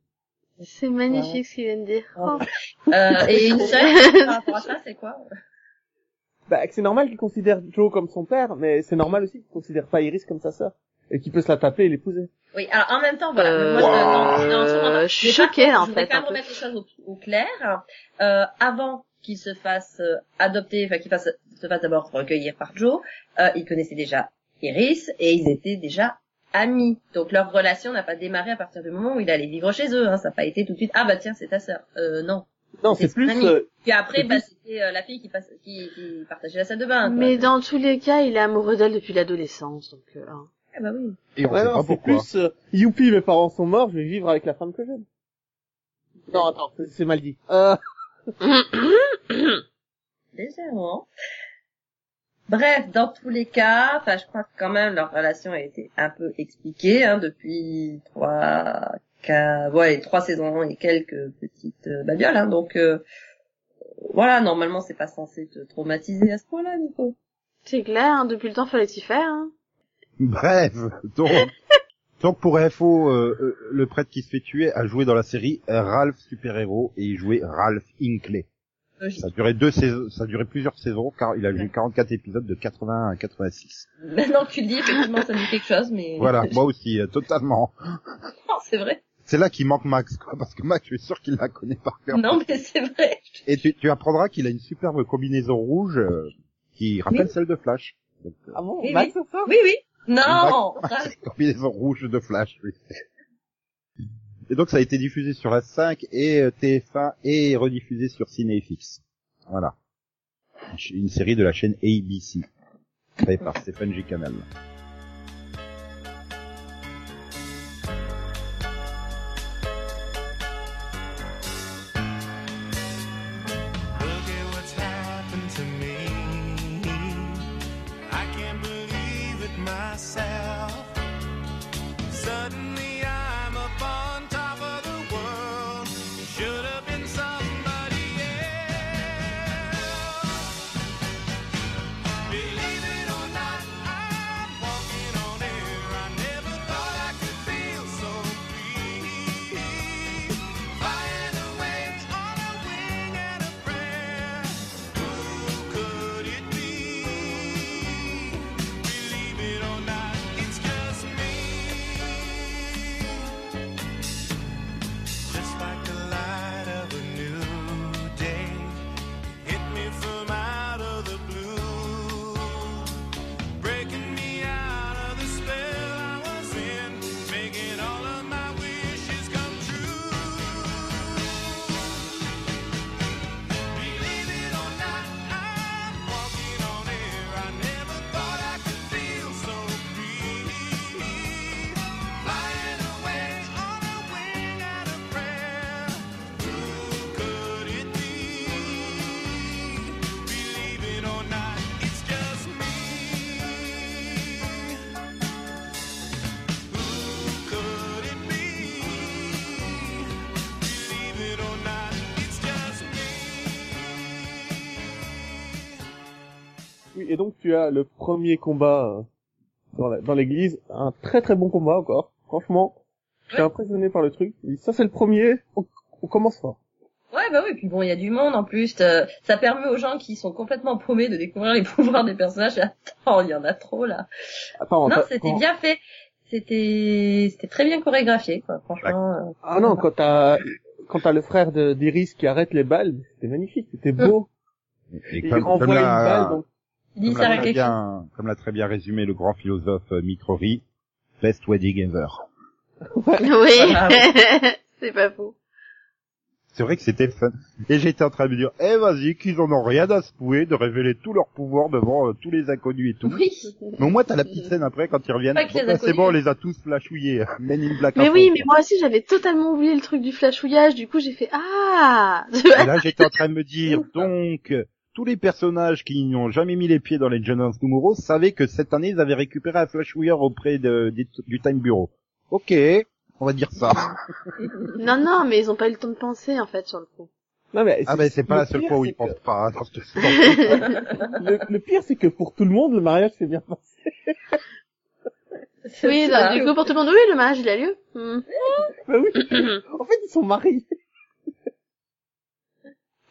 C'est magnifique ce qu'il vient de dire. Oh.
Euh, et une seule par rapport à ça, c'est quoi
Bah, c'est normal qu'il considère Joe comme son père, mais c'est normal aussi qu'il considère pas Iris comme sa sœur et qu'il peut se la taper et l'épouser.
Oui, alors en même temps, voilà.
Euh,
moi, je, dans- dans- dans- dans-
euh, je suis
mais par
choquée,
contre,
en
je voudrais
fait,
quand
un
même
peu.
remettre les choses au, au clair. Euh, avant qu'il se fasse euh, adopter, enfin qu'il fasse, se fasse d'abord recueillir par Joe, euh, ils connaissaient déjà Iris et ils étaient déjà amis. Donc leur relation n'a pas démarré à partir du moment où il allait vivre chez eux. Hein. Ça n'a pas été tout de suite. Ah bah tiens, c'est ta sœur. Euh, non.
Non,
C'est
c'est plus,
son ami.
euh,
Puis après,
C'est
bah,
plus-
c'était euh, la fille qui, passe, qui, qui partageait la salle de bain. quoi.
Mais dans tous les cas, il est amoureux d'elle depuis l'adolescence. Donc, euh, hein.
Ah bah oui.
Et on
ouais,
sait
non,
pas
c'est
pourquoi.
plus, euh, youpi, mes parents sont morts, je vais vivre avec la femme que j'aime. Non, attends, c'est- c'est mal dit. Euh,
hein.
Légèrement. Bref, dans tous les cas, enfin, je crois que quand même leur relation a été un peu expliquée hein, depuis trois, quatre, ouais, les trois saisons et quelques petites euh, babioles. Hein, donc euh, voilà, normalement c'est pas censé te traumatiser à ce point-là, Nico.
C'est clair, hein, depuis le temps, fallait s'y faire. Hein.
Bref, donc, donc pour info, euh, euh, le prêtre qui se fait tuer a joué dans la série Ralph Super Héros et il jouait Ralph Inkley.
Logique.
Ça a duré deux saisons, ça a duré plusieurs saisons car il a joué 44 épisodes de 80 à 86.
Maintenant que tu le dis, effectivement, ça dit quelque chose, mais
Voilà, moi aussi, euh, totalement.
Non, c'est vrai.
C'est là qu'il manque Max, quoi, parce que Max, je suis sûr qu'il la connaît par cœur.
Non, mais c'est vrai.
Et tu, tu apprendras qu'il a une superbe combinaison rouge euh, qui rappelle celle de Flash. Donc, euh,
ah bon,
Oui,
Max, c'est ça
Oui, oui. Non.
C'est une combinaison rouge de Flash, oui. Et donc ça a été diffusé sur la 5 et euh, TF1 et rediffusé sur Cinéfix. Voilà. Une série de la chaîne ABC, créée par Stephen G. Canal.
Look at what's happened to me. I can't believe it myself. Suddenly I'm up on top of the world. Should have been somebody else. Believe it or not, I
tu, et donc tu as le premier combat euh, dans la- dans l'église, un très très bon combat encore. Franchement, je suis impressionné par le truc. Et ça c'est le premier, on, on commence fort.
Ouais, bah oui, puis bon, il y a du monde en plus. euh, ça permet aux gens qui sont complètement paumés de découvrir les pouvoirs des personnages. Attends, il y en a trop là.
Attends,
Non,
t'as-
c'était
quand-
bien fait. C'était c'était très bien chorégraphié, quoi. Franchement, euh,
Ah non, quand t'as quand t'as le frère de- d'Iris qui arrête les balles, c'était magnifique, c'était
Euh.
beau.
Et
Il
comme,
renvoie
comme
une
l'a-
balle, donc
il dit
comme
ça
l'a hein.
avec
très
les
bien, comme l'a très bien résumé le grand philosophe euh, Mitrori, best wedding ever.
Oui.
Ah,
c'est pas faux.
C'est vrai que c'était fun. Et j'étais en train de me dire, eh vas-y, qu'ils en ont rien à se pouer de révéler tout leur pouvoir devant euh, tous les inconnus et tout.
Oui.
Mais au moins, t'as la petite scène après quand ils reviennent.
Pas que les
Bon, bah, c'est
inconnus.
bon, on les a tous flashouillés. hein. Men in black.
Mais
à
oui,
fond.
mais moi aussi j'avais totalement oublié le truc du flashouillage, du coup j'ai fait Ah
Et là, j'étais en train de me dire, donc, tous les personnages qui n'ont jamais mis les pieds dans les Legends of Tomorrow savaient que cette année, ils avaient récupéré un flashouilleur auprès de, des- du Time Bureau. Ok, on va dire ça.
Non, non, mais ils ont pas eu le temps de penser en fait sur le coup.
Non, mais
Ah ben, c'est pas
le
la seule
pire,
fois où
c'est
ils pensent
que-
pas. hein, dans ce-
Le, le pire, c'est que pour tout le monde, le mariage s'est bien passé.
C'est
Oui,
ça.
donc, du coup pour tout le monde, oui, le mariage il a lieu. Hmm.
Bah oui. en fait, ils sont mariés.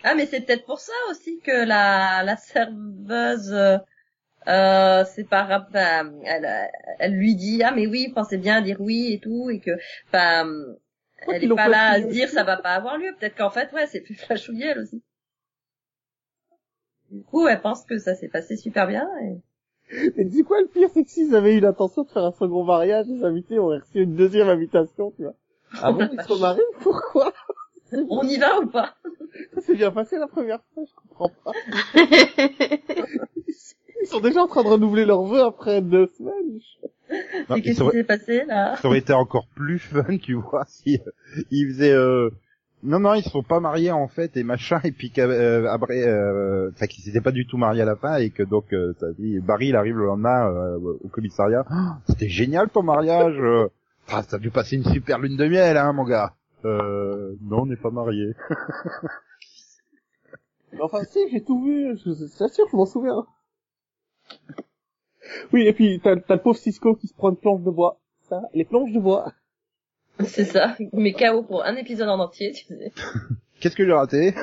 Ah, mais c'est peut-être pour ça aussi que la, la serveuse, euh, euh, c'est par, rap- enfin, elle, euh, elle lui dit, ah, mais oui, pensez bien à dire oui et tout, et que, enfin, elle
qu'ils
est
l'ont
pas
pas
là à
signé
se dire, ça va pas avoir lieu. Peut-être qu'en fait, ouais, c'est plus flashouillé, elle aussi. Du coup, elle pense que ça s'est passé super bien. et-
Et dis quoi, le pire, c'est que s'ils avaient eu l'intention de faire un second mariage, les invités auraient reçu une deuxième invitation, tu vois. Ah bon, ils sont mariés? Pourquoi?
On y va ou pas
Ça s'est bien passé la première fois, je comprends pas. Ils sont déjà en train de renouveler leurs vœux après deux semaines.
Non,
Et
ils
qu'est-ce
auraient-
qui s'est passé là
ça aurait été encore plus fun, tu vois, si euh, ils faisaient euh, non non, ils se sont pas mariés en fait et machin et puis qu'après euh, après, euh, enfin qu'ils s'étaient pas du tout mariés à la fin et que donc euh, t'as dit Barry il arrive le lendemain euh, au commissariat. Ah, C'était génial ton mariage. euh. Ah, ça a dû passer une super lune de miel hein mon gars. Euh, non, on n'est pas mariés.
Mais Enfin, si, j'ai tout vu, je je- je t'assure, je m'en souviens. Oui, et puis, t'as t'as le pauvre Cisco qui se prend une planche de bois. Ça, les planches de bois.
C'est ça. Mais KO pour un épisode en entier, tu sais.
Qu'est-ce que j'ai raté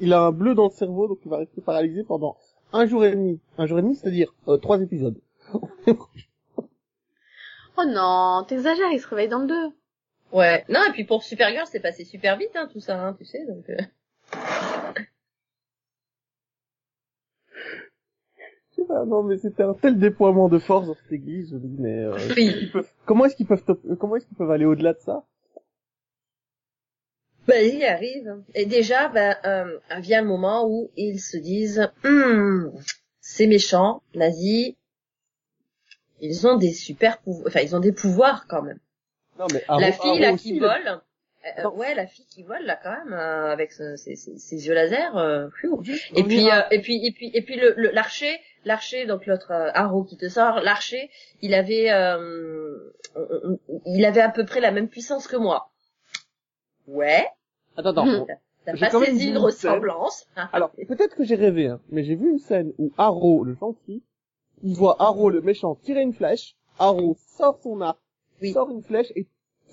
Il a un bleu dans le cerveau, donc il va rester paralysé pendant un jour et demi. Un jour et demi, c'est-à-dire euh, trois épisodes.
oh non, t'exagères, il se réveille dans le deux.
Ouais. Non, et puis pour Supergirl, c'est passé super vite, hein, tout ça, hein, tu sais, donc, euh.
Je sais pas, non, mais c'était un tel déploiement de force dans cette église, je me dis, mais euh,
Oui.
comment est-ce qu'ils peuvent, top- euh, comment est-ce qu'ils peuvent aller au-delà de ça
Ben, il y arrive. Et déjà, ben, euh, vient le moment où ils se disent, Hmm, ces méchants, nazis, ils ont des super pouvoirs, enfin, ils ont des pouvoirs quand même.
Non, mais
la
Arrow-
fille, là,
Arrow
qui
ah aussi,
vole, euh,
Non.
ouais, la fille qui vole, là, quand même, euh, avec ce- ses, ses- ses yeux laser, euh, pfiou.
Juste,
Et
on
puis,
ira-
euh, et puis, et puis, et puis, le le- l'archer, l'archer, donc l'autre euh, arrow qui te sort, l'archer, il avait, euh, on- on- il avait à peu près la même puissance que moi. Ouais,
Attends, attends.
Hmm.
on-
t'as
J'ai
pas
quand même
saisi
vu
une
une
ressemblance. hein.
Alors, peut-être que j'ai rêvé, hein, mais j'ai vu une scène où Arrow, le gentil, il voit Arrow, le méchant, tirer une flèche, Arrow sort son arc,
Oui.
sort une flèche et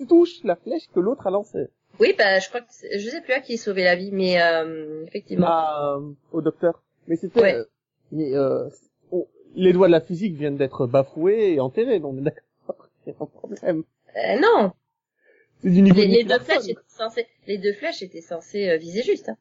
touche la flèche que l'autre a lancée.
Oui, bah, je crois que c'est- je sais plus à qui sauvé la vie, mais euh, effectivement.
À, euh, au docteur. Mais c'était...
Ouais.
euh, mais, euh, on- les lois de la physique viennent d'être bafouées et enterrées, non, mais d'accord, c'est un problème.
Euh, non,
C'est du niveau
les,
d'une
les deux
personne.
flèches étaient censées, les deux flèches étaient censées euh, viser juste. hein.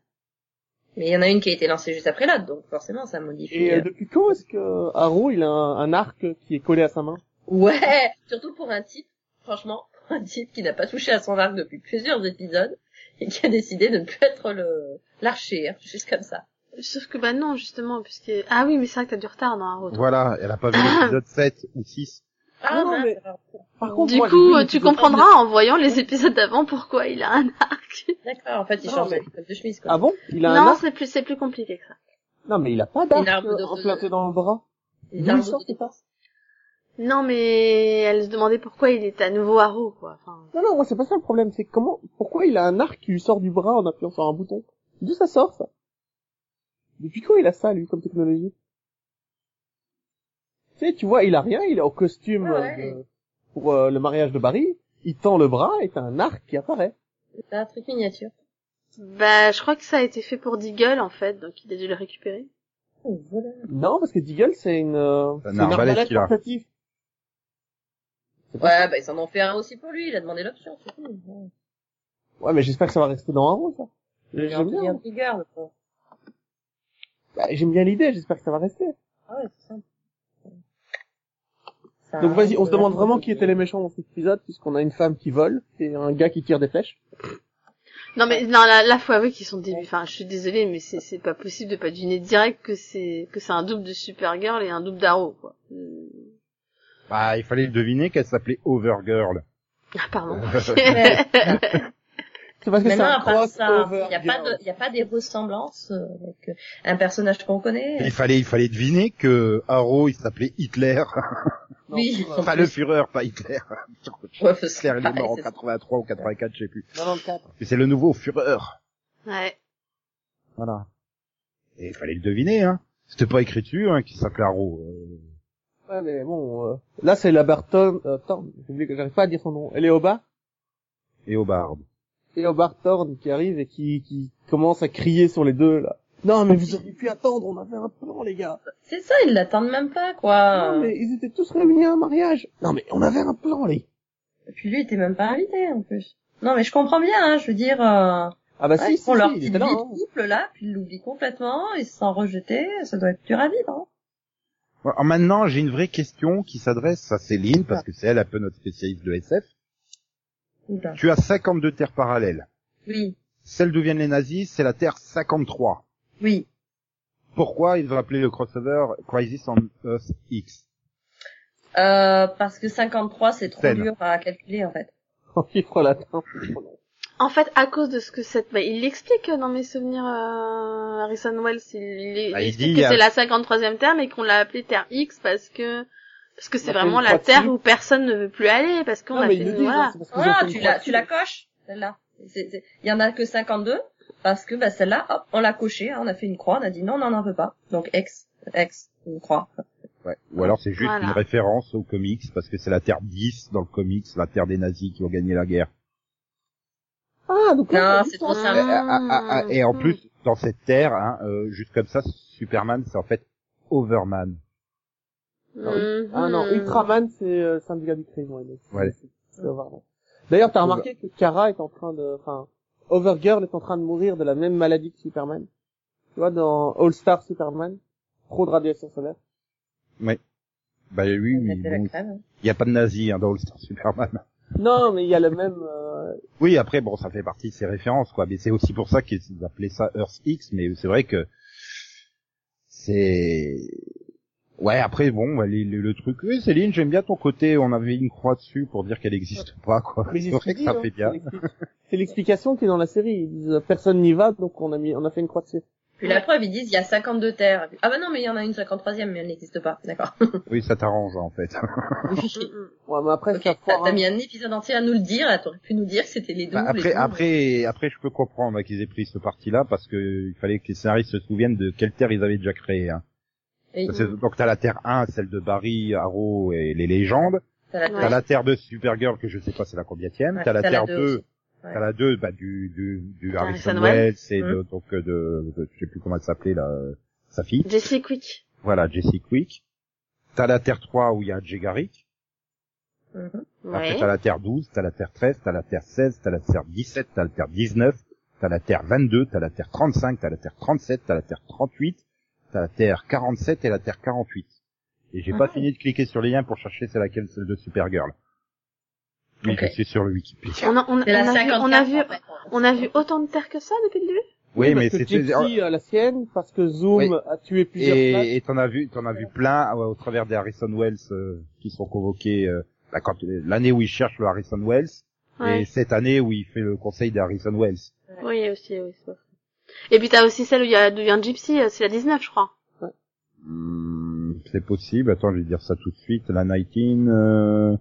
Mais il y en a une qui a été lancée juste après l'autre, donc forcément ça modifie.
Et euh,
euh.
depuis quand est-ce que euh, Arrow, il a un, un arc qui est collé à sa main
Ouais, surtout pour un type, franchement, pour un type qui n'a pas touché à son arc depuis plusieurs épisodes et qui a décidé de ne plus être le l'archer, hein, juste comme ça.
Sauf que bah non, justement, puisque... Ah oui, mais c'est vrai que t'as du retard dans Arrow. toi.
Voilà, elle a pas vu l'épisode 7 ou 6.
Ah
Non,
mince,
mais-
alors,
Par contre,
Du
moi,
coup,
j'ai vu
euh, tu
l'épisode
comprendras en voyant les épisodes d'avant pourquoi il a un arc.
d'accord, en fait il
Non,
change
Ah, mais-
de- de chemise quoi.
Ah bon Il a un
non,
arc
c'est plus, c'est plus compliqué que ça.
Non, mais il a pas
Une
d'arc
arme de-
euh, implanté dans le bras.
Une
D'où
arme
il sort
de
cet arc
Non, mais elle se demandait pourquoi il est à nouveau Arrow, quoi. Enfin,
Non, non, moi c'est pas ça le problème, c'est comment, pourquoi il a un arc qui lui sort du bras en appuyant sur un bouton D'où ça sort, ça Depuis quand il a ça, lui, comme technologie Tu sais, tu vois, il a rien, il est en costume
Ouais, ouais.
euh, de- pour euh, le mariage de Barry, il tend le bras et t'as un arc qui apparaît.
C'est un truc miniature.
Bah, je crois que ça a été fait pour Deagle, en fait, donc il a dû le récupérer.
Oh, voilà.
Non, parce que Deagle, c'est une... euh,
C'est un
c'est une
arbalète
arbalète
qu'il a.
portative.
Ouais, bah ils en ont fait un aussi pour lui, il a demandé l'option, c'est tout. Ouais.
Ouais, mais j'espère que ça va rester dans un rôle, ça.
Il a
J'aime
bien
bien,
de rigueur, le pauvre.
bah, j'aime bien l'idée, j'espère que ça va rester.
Ah ouais, c'est simple. Ça
Donc vas-y, on se
arrive,
demande
euh,
vraiment qui étaient les méchants dans cet épisode, puisqu'on a une femme qui vole et un gars qui tire des flèches.
Non, mais, non, là, là, faut avouer qu'ils sont débiles. Enfin, je suis désolée, mais c'est, c'est pas possible de pas deviner direct que c'est, que c'est un double de Supergirl et un double d'Arrow, quoi. Euh,
Bah, il fallait deviner qu'elle s'appelait Overgirl.
Ah, pardon.
Ouais.
C'est parce que
Mais
c'est
non,
un
à part ça,
crossover.
il n'y a, pas
girl.
de- y a pas des ressemblances euh, avec euh, un personnage qu'on connaît.
Il fallait, il fallait deviner que Arrow, il s'appelait Hitler.
Non,
oui,
c'est euh,
ils
vrai.
sont
Enfin, le Führer, pas Hitler.
Ouais, parce que
Hitler, il est
pareil,
mort en
c'est-
83 ou 84, je sais plus.
94.
Mais c'est le nouveau Führer.
ouais.
Voilà. Et il fallait le deviner, hein. C'était pas écrit dessus, hein, qu'il s'appelait Arrow. Euh,
Ouais, mais bon, euh, là c'est la Barton, euh, Thorne, j'ai oublié que j'arrive pas à dire son nom. Elle est au bas,
Et Hobart.
et au bar Thorne qui arrive et qui, qui commence à crier sur les deux, là. Non, mais vous auriez pu attendre, on avait un plan, les gars.
C'est ça, ils l'attendent même pas, quoi.
Non, mais ils étaient tous réunis à un mariage. Non, mais on avait un plan, les
Et puis lui, il était même pas invité, en plus. Non, mais je comprends bien, hein, je veux dire, euh,
Ah bah
ouais,
si,
ils
si,
font
si,
leur
il
petite
était
vie
là,
de
hein.
couple, là, puis ils l'oublient complètement, ils se sont rejetés, ça doit être dur à vivre, hein.
Bon, alors maintenant, j'ai une vraie question qui s'adresse à Céline, parce que c'est elle un peu notre spécialiste de SF.
Oula.
Tu as 52 terres parallèles.
Oui,
Celle d'où viennent les nazis, c'est la Terre 53.
oui.
Pourquoi ils ont appelé le crossover Crisis on Earth X
Euh, parce que 53, c'est trop
Scène.
dur à calculer, en fait.
En chiffre latin.
En fait, à cause de ce que cette, bah, il l'explique euh, dans mes souvenirs, euh, Harrison Wells, il, il
Bah, il
explique
dit,
que
euh,
c'est la 53e Terre, mais qu'on l'a appelée Terre X parce que, parce que c'est
On a fait
vraiment
une
la
croix
Terre
Bah, dessus.
où personne ne veut plus aller, parce qu'on
Non,
a
mais
fait,
ils le disent, hein,
voilà.
c'est parce qu'ils ont
Voilà,
fait une
tu
croix
la, tu la coches, celle-là. C'est- c'est- Il y en a que 52, parce que bah, celle-là, hop, on l'a cochée, hein, on a fait une croix, on a dit non, non, on n'en veut pas. Donc X, X, une croix.
ouais. Ou alors c'est juste
Voilà.
une référence au comics, parce que c'est la Terre 10 dans le comics, la Terre des nazis qui ont gagné la guerre.
Ah, donc
Non,
là,
c'est trop
Et,
simple.
Ah.
ah, ah, ah, et en plus, dans cette Terre, hein, euh, juste comme ça, Superman, c'est en fait Overman.
Mhm.
Ah non, Ultraman, c'est euh, syndicat du crime, ouais. donc c'est-
Ouais.
c'est- c'est Overman. D'ailleurs, t'as remarqué que Kara est en train de, enfin, Overgirl est en train de mourir de la même maladie que Superman. Tu vois, dans All Star Superman, trop de radiation solaire.
Bah oui,
On
mais
a fait la
bon,
crème, hein.
il n'y a pas de nazis hein, dans All-Star Superman.
Non, mais il y a le même, euh,
Oui, après, bon, ça fait partie de ses références, quoi. Mais c'est aussi pour ça qu'ils appelaient ça Earth X, mais c'est vrai que c'est... Ouais, après, bon, bah, les- les- le, truc... Oui, Céline, j'aime bien ton côté, on avait une croix dessus pour dire qu'elle n'existe pas, quoi.
mais
C'est
c'est ce
vrai
qu'ils
que ça
disent,
fait
hein,
bien.
c'est l'explic- C'est l'explication qui est dans la série. Ils disent, euh, personne n'y va, donc on a mis, on a fait une croix dessus.
Puis la preuve, ils disent, il y a 52 terres. Ah bah non, mais il y en a une 53e, mais elle n'existe pas. D'accord.
Oui, ça t'arrange, en fait.
Mhm.
Ouais, mais après,
Ok,
ça
t'as
foire,
t'as
hein.
mis un épisode entier à nous le dire, là, t'aurais pu nous dire que c'était les deux.
Bah,
ou les
après,
deux.
après, après, je peux comprendre hein, qu'ils aient pris ce parti-là, parce que il fallait que les scénaristes se souviennent de quelle terre ils avaient déjà créée. hein.
Et
Parce que- donc, t'as la Terre 1, celle de Barry, Arrow et les légendes.
t'as la-
Ouais.
T'as la Terre 2 Supergirl que je sais pas c'est la combienième.
Ouais,
t'as la
t'as la
Terre
deux
2,
aussi. Ouais.
t'as la 2 bah, du, du, du Harrison,
Harrison
Wells et
Mhm.
de, donc euh, de, de- je sais plus comment elle s'appelait là, euh, sa fille.
Jesse Quick.
Voilà Jessie Quick. T'as la Terre 3 où il y a Jay Garrick.
Mhm.
Ouais.
Après t'as Ah, la Terre 12, t'as la Terre 13, t'as la Terre 16, t'as la Terre 17, t'as la Terre 19, t'as la Terre 22, t'as la Terre 35, t'as la Terre 37, t'as la Terre 38, t'as la Terre 47 et la Terre 48. Et j'ai pas fini de cliquer sur les liens pour chercher c'est laquelle celle de Supergirl. Oui,
Ok.
je suis sur le Wikipédia.
On a, on, a-
C'est la
on a
54.
vu, on a vu,
en fait.
on a vu autant de terres que ça depuis le début?
Oui, mais
parce que
c'était
Gypsy a la sienne, parce que Zoom
Oui.
a tué plusieurs Flash.
et et t'en as vu, t'en as vu plein euh, au travers des Harrison Wells euh, qui sont convoqués euh, bah, quand euh, l'année où il cherche le Harrison Wells
Ouais.
et cette année où il fait le conseil des Harrison Wells.
Oui, aussi, oui, c'est pas vrai. Et puis t'as aussi celle où il y a, d'où vient Gypsy, euh, c'est la 19, je crois.
Hmm, c'est possible. Attends, je vais dire ça tout de suite. La 19. Euh...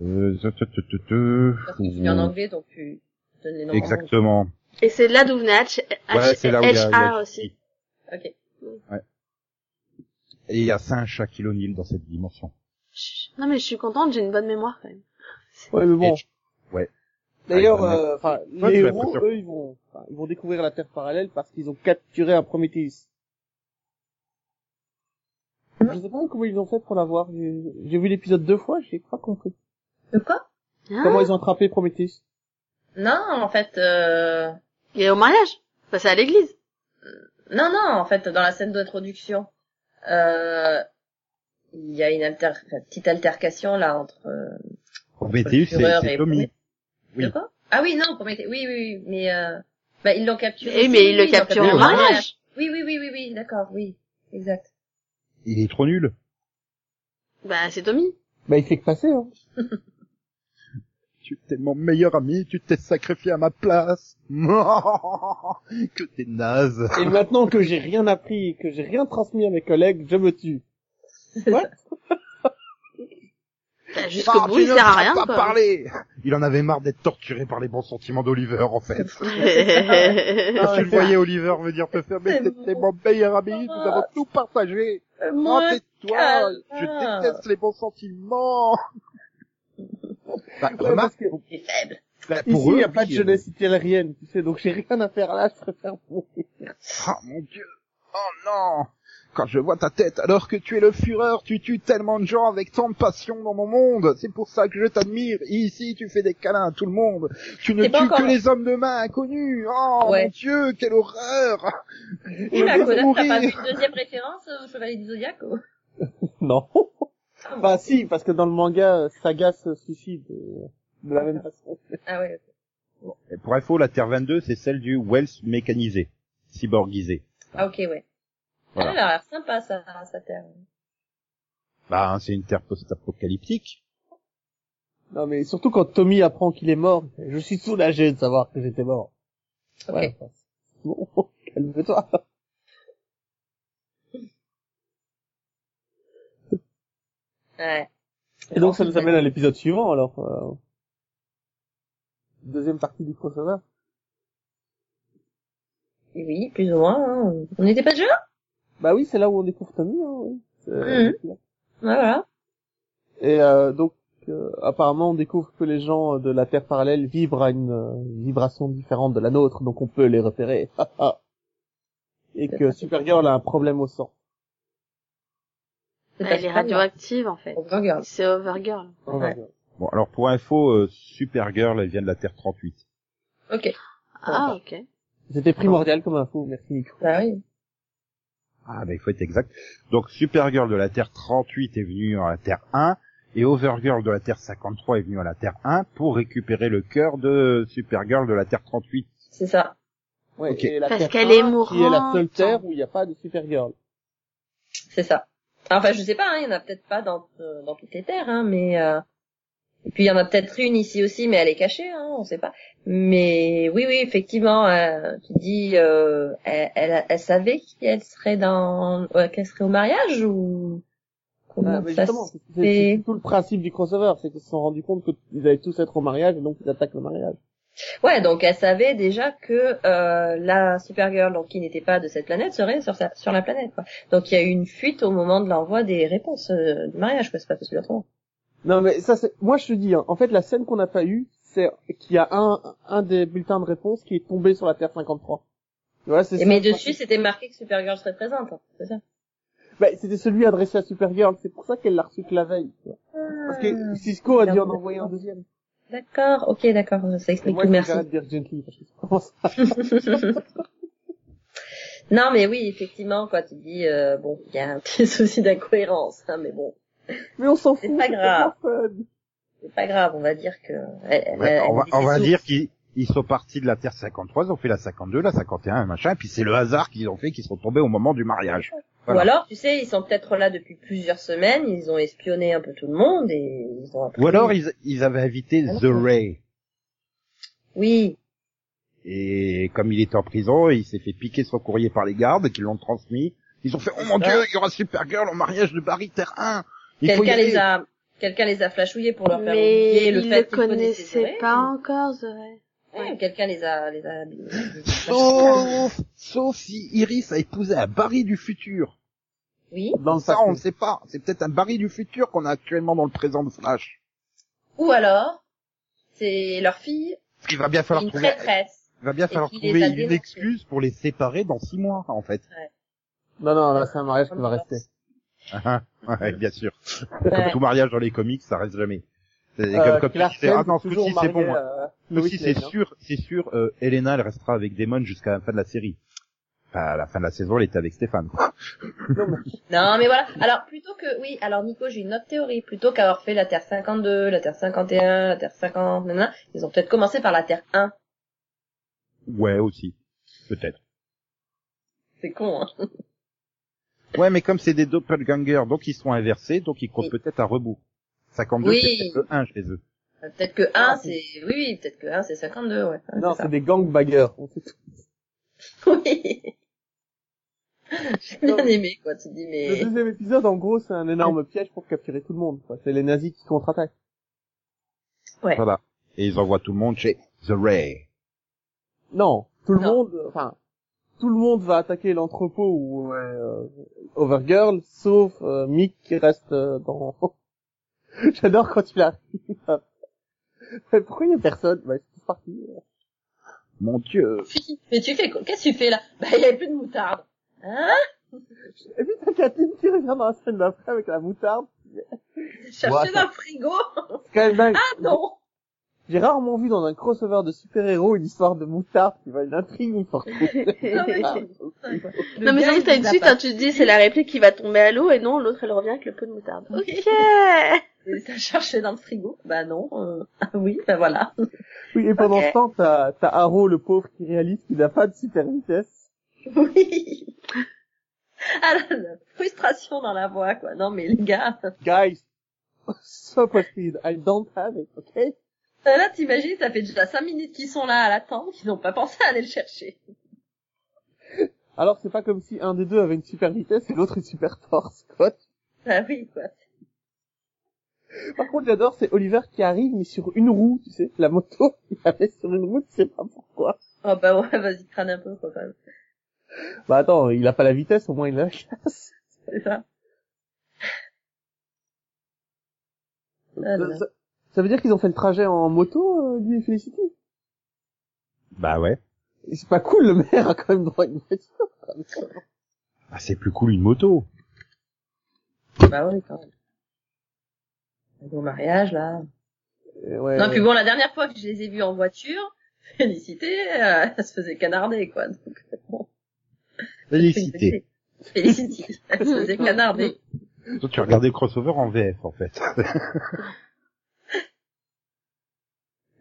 Euh... tu- tu- tu- tu-
Parce que tu lis en anglais, donc tu donnes les noms. en anglais.
Exactement.
Et c'est là d'où venait H,
Ouais,
H,
c'est là où il y a- il y a-
HR aussi.
Ok.
Et il y a cinq Shaquille O'Neal dans cette dimension.
Chut. Non mais je suis contente, j'ai une bonne mémoire quand même.
Ouais, mais bon.
Et- ouais. Ah,
D'ailleurs,
Ouais,
euh, enfin,
Ouais,
les
j'ai
héros,
l'impression.
eux, ils vont, enfin, ils vont découvrir la Terre parallèle parce qu'ils ont capturé un Prometheus. Je sais pas comment ils ont fait pour l'avoir. J'ai j'ai vu l'épisode deux fois, j'ai pas compris.
De quoi
Hein
Comment ils ont attrapé Prometheus
Non, en fait, euh...
Il est au mariage. Enfin, c'est à l'église.
non, non, en fait, dans la scène d'introduction, euh... il y a une alter... enfin, petite altercation là entre. euh,
Prometheus, c'est
Fureur
c'est
et
Tommy.
Prometheus.
Oui.
De quoi Ah oui, non, Prométhée. Oui, oui, oui, mais euh... bah, ils l'ont capturé.
Eh, mais
Oui,
il le
oui, ils l'ont
capture
capturé
au
au
mariage.
Oui, oui, oui, oui, oui, d'accord, oui, exact.
Il est trop nul.
Bah, c'est Tommy.
Bah, il fait que passer, hein.
Tu t'es mon meilleur ami, tu t'es sacrifié à ma place. que t'es naze.
Et maintenant que j'ai rien appris, que j'ai rien transmis à mes collègues, je me tue. Ouais.
Bah, jusqu'au
Ah,
bout, il sert à rien,
pas
quoi.
parler. Il en avait marre d'être torturé par les bons sentiments d'Oliver, en fait.
Ah,
tu le
c'est
voyais, Oliver, venir te faire, mais
Oh, C'est
c'était
bon.
mon meilleur ami, nous avons tout partagé.
Euh,
Oh,
moi,
tais-toi,
calme.
je déteste les bons sentiments. Bah,
Ouais,
remarque,
parce que
c'est faible.
bah,
ici,
pour
il
eux,
n'y a pas de
oui,
jeunesse italienne, tu sais, donc j'ai rien à faire là, je préfère mourir.
Ah mon dieu Oh non Quand je vois ta tête alors que tu es le fureur, tu tues tellement de gens avec tant de passion dans mon monde, c'est pour ça que je t'admire, ici tu fais des câlins à tout le monde, tu ne
C'est pas
tues que
encore-
les hommes de main inconnus, oh
Ouais.
mon dieu, quelle horreur
Oui, mais à
vais
Conan, t'as pas vu
mourir.
une deuxième référence euh, au Chevalier du Zodiac ou
Non. bah si, parce que dans le manga, euh, Saga se suicide euh, de la même façon.
Ah ouais.
Et Pour info, la Terre 22 c'est celle du Wells mécanisé, cyborgisé.
Ah ok, ouais.
Voilà.
Ah, elle a l'air sympa, ça, sa terre.
Bah hein, c'est une Terre post-apocalyptique.
Non mais surtout quand Tommy apprend qu'il est mort, il fait, je suis soulagé de savoir que j'étais mort.
Ok.
Ouais. enfin, Bon, calme-toi.
Ouais.
Et donc ça nous amène à l'épisode suivant alors. euh, Deuxième partie du crossover.
Oui, plus ou moins. hein. On n'était pas déjà là
Bah oui, c'est là où on découvre Tommy. Hein, oui. C'est-
Mhm. Ouais, voilà.
Et euh, donc, euh, apparemment, on découvre que les gens euh, de la Terre parallèle vibrent à une euh, vibration différente de la nôtre, donc on peut les repérer. Ha, ha. Et que Supergirl a un problème au sang.
C'est
Bah, elle est radioactive, en fait.
On regarde.
C'est Overgirl.
Ouais.
Bon alors pour info, euh, Supergirl elle vient de la Terre 38.
Ok.
Ah, ok.
C'était primordial comme info, merci Nico.
Bah oui.
Ah, mais il faut être exact. Donc, Supergirl de la Terre 38 est venue à la Terre 1, et Overgirl de la Terre 53 est venue à la Terre 1 pour récupérer le cœur de Supergirl de la Terre 38.
C'est ça.
Ouais,
Ok.
et la
Parce
Terre
qu'elle est
1, Qui est la
mourante.
seule Terre où il n'y a pas de Supergirl.
C'est ça. Enfin, je sais pas, hein, il y en a peut-être pas dans, euh, dans toutes les terres, hein, mais... euh, Et puis il y en a peut-être une ici aussi, mais elle est cachée, hein, on sait pas. Mais oui, oui, effectivement, euh, tu dis, euh, elle, elle, elle savait qu'elle serait dans, ouais, qu'elle serait au mariage ou
Ah,
comment
mais
ça
justement,
se-
c'est- c'est c'est tout le principe du crossover, c'est qu'ils se sont rendus compte qu'ils allaient tous être au mariage et donc ils attaquent le mariage.
Ouais, donc elle savait déjà que euh, la Supergirl, donc qui n'était pas de cette planète, serait sur sa, sur la planète. Quoi. Donc il y a eu une fuite au moment de l'envoi des réponses euh, du mariage, quoi. C'est pas possible autrement.
Non mais ça c'est, moi je te dis, hein, en fait la scène qu'on n'a pas eue, c'est qu'il y a un, un des bulletins de réponse qui est tombé sur la Terre 53. Voilà, c'est
Et
ça,
mais
le
dessus, c'était marqué que Supergirl serait présente. hein, c'est ça.
Bah, c'était celui adressé à Supergirl, c'est pour ça qu'elle l'a reçu que la veille. tu vois. Parce
Ah,
que Cisco a dû en envoyer un deuxième.
D'accord, ok, d'accord, ça
Et
explique
moi,
tout.
je
Merci.
vais de dire gently, parce que ça commence à-
non, mais oui, effectivement, quoi, tu dis, euh, bon, il y a un petit souci d'incohérence, hein, mais bon,
Mais on s'en fout,
C'est pas grave.
pas fun.
c'est pas grave, on va dire que. elle- elle-
Ouais,
elle
on va,
était
on va
sous-
dire qu'ils ils sont partis de la Terre 53, ils ont fait la 52, la 51, machin, et puis c'est le hasard qu'ils ont fait qu'ils sont tombés au moment du mariage. Voilà.
Ou alors, tu sais, ils sont peut-être là depuis plusieurs semaines, ils ont espionné un peu tout le monde et ils ont appris.
Ou alors ils, ils avaient invité
Alors,
The Ray,
Oui,
et comme il était en prison, il s'est fait piquer son courrier par les gardes, qui l'ont transmis. Ils ont fait, oh mon
Ah.
dieu, il y aura Supergirl au mariage de Barry Terre 1 Il faut y
quelqu'un les
aller.
a, quelqu'un les a flashouillés pour leur faire
Mais
oublier
il
le
le
fait qu'ils connaissaient
connaissait
Zoé.
pas encore, The Ray.
Ouais, Quelqu'un les a, les a.
Sauf, sauf si Iris a épousé un Barry du futur.
Oui.
Dans le
Ça, on ne
passé.
sait pas. C'est peut-être un Barry du futur qu'on a actuellement dans le présent de Flash.
Ou alors, c'est leur fille,
Il va bien falloir
une
trouver,
traîtresse.
il va bien falloir
qui les
trouver
a
une
dénoncés.
excuse pour les séparer dans six mois, en fait.
Non, non, là, c'est un mariage qui va rester.
Ah, ah, ouais, bien sûr. Comme
Ouais.
tout mariage dans les comics, ça reste jamais. C'est
Euh,
comme, comme tu
Clark
sais, ah
Kent
non,
est toujours
ceci, c'est
marié
bon.
à
euh,
Lois
Ceci, c'est
Lane, hein.
sûr, c'est sûr, euh, Elena, elle restera avec Damon jusqu'à la fin de la série. Enfin, à la fin de la saison, elle était avec Stéphane. quoi.
Non, mais voilà. Alors, plutôt que, oui, alors Nico, j'ai une autre théorie. Plutôt qu'avoir fait la Terre 52, la Terre 51, la Terre 50, nanana, ils ont peut-être commencé par la Terre 1.
Ouais, aussi. Peut-être.
C'est con, hein.
Ouais, mais comme c'est des doppelgangers, donc ils sont inversés, donc ils comptent
Oui.
peut-être à rebours. 52,
Oui.
c'est peut-être le 1 chez eux.
Euh, Peut-être que 1, c'est, oui, oui, peut-être que 1, c'est 52, ouais. Ouais,
Non,
c'est
c'est des gangbangers. on sait tout.
ça. Oui. j'ai bien aimé, quoi. Tu te dis,
Le
mais,
deuxième épisode, en gros, c'est un énorme piège pour capturer tout le monde. quoi. C'est les nazis qui contre-attaquent.
ouais.
Voilà. Et ils envoient tout le monde chez The Ray.
Non, tout le
Non.
monde, enfin, tout le monde va attaquer l'entrepôt où est euh, Overgirl, sauf euh, Mick qui reste euh, dans... J'adore quand il arrive. Mais Pourquoi il y a personne Bah, c'est parti.
Mon dieu.
Mais tu fais quoi? Qu'est-ce que tu fais, là? Bah, il y avait plus de moutarde. Hein?
Et puis t'as Kathleen qui revient dans la scène d'après avec la moutarde.
Chercher
Ouais,
dans le frigo?
C'est quand même dingue.
Ah, Non.
J'ai rarement vu dans un crossover de super-héros une histoire de moutarde qui va une intrigue où il faut retrouver.
Non, mais
Ah.
c'est quoi.
Non mais c'est vrai que t'as une suite, hein, tu te dis c'est la réplique qui va tomber à l'eau et non l'autre elle revient avec le pot de moutarde. Ok.
Et T'as cherché dans le frigo Bah non. euh, Ah oui, bah voilà.
Oui, et pendant
Ok.
ce temps, t'as t'as Arrow, le pauvre, qui réalise qu'il n'a pas de super vitesse.
Oui. Ah la, la frustration dans la voix, quoi. Non mais les gars. euh,
Guys, so speed, I don't have it, ok?
Ah, Là, t'imagines, ça fait déjà cinq minutes qu'ils sont là à l'attente, qu'ils n'ont pas pensé à aller le chercher.
Alors, c'est pas comme si un des deux avait une super vitesse et l'autre une super force, quoi.
Bah oui, quoi.
Par contre, j'adore, c'est Oliver qui arrive, mais sur une roue, tu sais, la moto, il la met sur une roue, tu sais pas pourquoi.
Oh bah ouais, vas-y, crâne un peu, quoi, quand même.
Bah attends, il a pas la vitesse, au moins il a la classe.
C'est ça. Ah, là,
Ça,
là.
ça- ça veut dire qu'ils ont fait le trajet en moto, euh, lui et Felicity?
Bah ouais.
Et C'est pas cool, le maire a quand même droit à une voiture.
Ah, c'est plus cool une moto.
Bah oui, quand même. Un beau mariage, là.
Et ouais,
Non, puis bon, la dernière fois que je les ai vus en voiture, Félicité, euh, elle se faisait canarder, quoi. Donc, bon.
Félicité.
Félicité, elle se faisait canarder.
Toi, tu regardais le crossover en VF, en fait.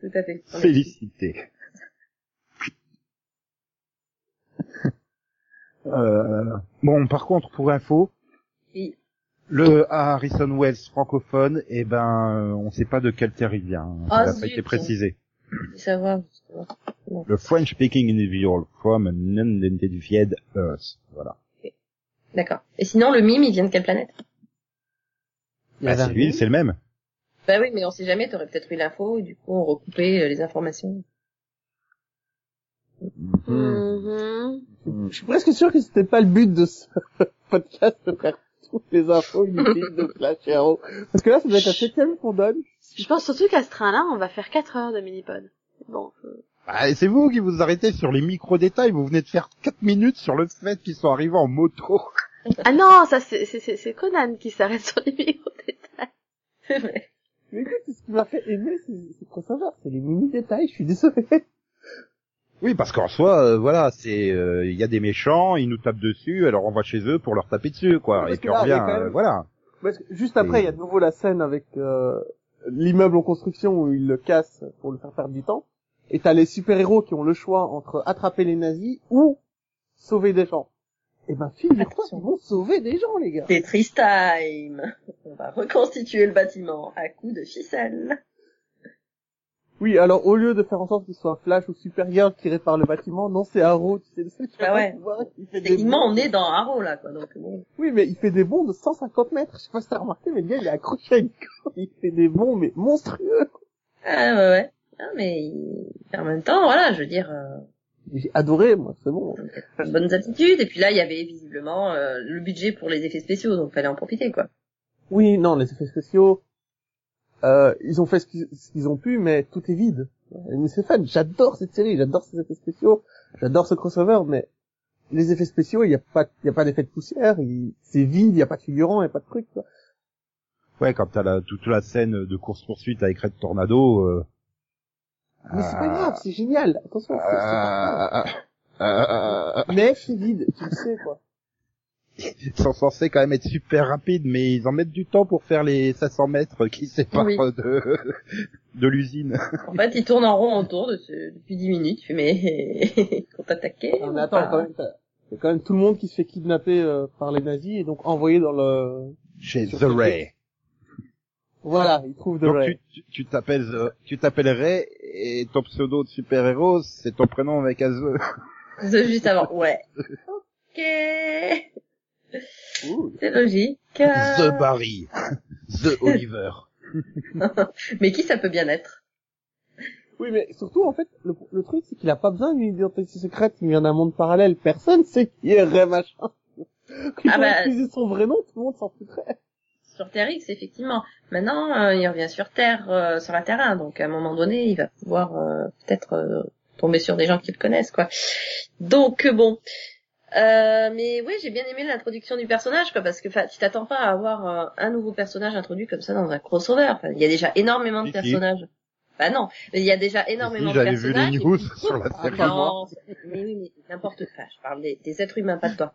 Tout à fait.
Félicité. Euh, bon, par contre, pour info,
Oui.
le Harrison Wells francophone, eh ben, euh, on sait pas de quelle terre il vient. hein. Ça
Ah,
n'a pas
zut.
été précisé.
Ça va.
Le French speaking individual from an unidentified earth. Voilà.
D'accord. Et sinon, le mime, il vient de quelle planète
il y avait
Bah,
un-
c'est lui, c'est le même.
Bah oui, mais on sait jamais, t'aurais peut-être eu l'info, et du coup, on recoupait euh, les informations.
Hmm.
Mm-hmm.
Mhm.
Mhm.
Je suis presque sûr que c'était pas le but de ce podcast de faire toutes les infos inutiles de Flash Hero. Parce que là, ça doit être la septième qu'on donne.
Je pense surtout qu'à ce train-là on va faire 4 heures de mini-pod. Bon. euh,
Bah, et c'est vous qui vous arrêtez sur les micro-détails. Vous venez de faire 4 minutes sur le fait qu'ils sont arrivés en moto.
Ah non ça c'est c'est- c'est c'est Conan qui s'arrête sur les micros.
C'est vrai.
Mais écoute, c'est ce qui m'a fait aimer ce, ce crossover. C'est les mini-détails, je suis désolé.
Oui, parce qu'en soi, euh, voilà, c'est euh, il y a des méchants, ils nous tapent dessus, alors on va chez eux pour leur taper dessus, quoi.
Parce
Et
que
puis
là,
on
il y a
revient,
quand même-
euh, voilà.
Parce que juste après, il y a de nouveau la scène avec euh, l'immeuble en construction où ils le cassent pour le faire perdre du temps. Et t'as les super-héros qui ont le choix entre attraper les nazis ou sauver des gens. Et ben, figure-toi qu'ils vont sauver des gens, les gars.
Tetris time. On va reconstituer le bâtiment à coups de ficelle.
Oui, alors au lieu de faire en sorte qu'il soit Flash ou Supergirl qui répare le bâtiment, non, c'est Arrow, tu sais, le seul qui
Bah
a
ouais.
le pouvoir, il fait des
Techniquement,
bonds.
on est dans Haro, là, quoi, donc bon.
Oui, mais il fait des bonds de 150 mètres, je sais pas si t'as remarqué, mais le gars, il est accroché à une corde, il fait des bonds, mais monstrueux.
Ah ouais, ouais. Ah, mais il- Et en même temps, voilà, je veux dire, euh,
J'ai adoré, moi, c'est bon.
bonnes attitudes. Et puis là, il y avait visiblement euh, le budget pour les effets spéciaux, donc fallait en profiter, quoi.
Oui, non, les effets spéciaux, euh, ils ont fait ce qu'ils ce qu'ils ont pu, mais tout est vide. Mais c'est fun, j'adore cette série, j'adore ces effets spéciaux, j'adore ce crossover, mais les effets spéciaux, il n'y a pas, il y a pas d'effet de poussière, il- c'est vide, il n'y a pas de figurant, il n'y a pas de truc. quoi.
Ouais, quand t'as la, toute la scène de course poursuite avec Red Tornado. euh,
Mais c'est pas
euh,
grave, c'est génial, attention, c'est- c'est pas grave.
euh, euh, euh,
Mais c'est vide, tu le sais, quoi.
Ils sont censés quand même être super rapides, mais ils en mettent du temps pour faire les 500 mètres qui séparent
Oui.
de, de l'usine.
En fait, il tourne en rond autour de ce- depuis 10 minutes. Je fais, mais quand t'attaquer
Non, Ah, mais attends, quand même, t'as- c'est quand même tout le monde qui se fait kidnapper euh, par les nazis et donc envoyé dans le...
Chez The
Sur ce
Ray.
Voilà, ils trouvent de
Donc
vrai.
tu- tu tu t'appelles euh, tu t'appelles Ray et ton pseudo de super héros c'est ton prénom avec un Z.
The juste avant. Ouais. Ok.
Ouh.
C'est logique.
The Barry, The Oliver.
Mais qui ça peut bien être
Oui, mais surtout, en fait, le, le truc, c'est qu'il a pas besoin d'une identité secrète, il vient d'un monde parallèle, personne sait qui est Ray Machin. Qu'il
Ah
ah
bah-
utiliser son vrai nom, tout le monde s'en foutrait.
Sur Terre X, effectivement. Maintenant, euh, il revient sur Terre, euh, sur la Terre 1, donc à un moment donné, il va pouvoir euh, peut-être euh, tomber sur des gens qui le connaissent, quoi. Donc euh, bon. Euh, mais oui, j'ai bien aimé l'introduction du personnage, quoi, parce que 'fin, tu t'attends pas à avoir euh, un nouveau personnage introduit comme ça dans un crossover. 'Fin, Il y a déjà énormément de
Si, si.
personnages. Bah non, mais il y a déjà énormément
Si,
de
J'avais vu
personnages.
les
et
news
puis-
sur la
Ah,
série.
pas
non, mais oui, mais n'importe quoi. Je parle des, des êtres humains, pas de toi.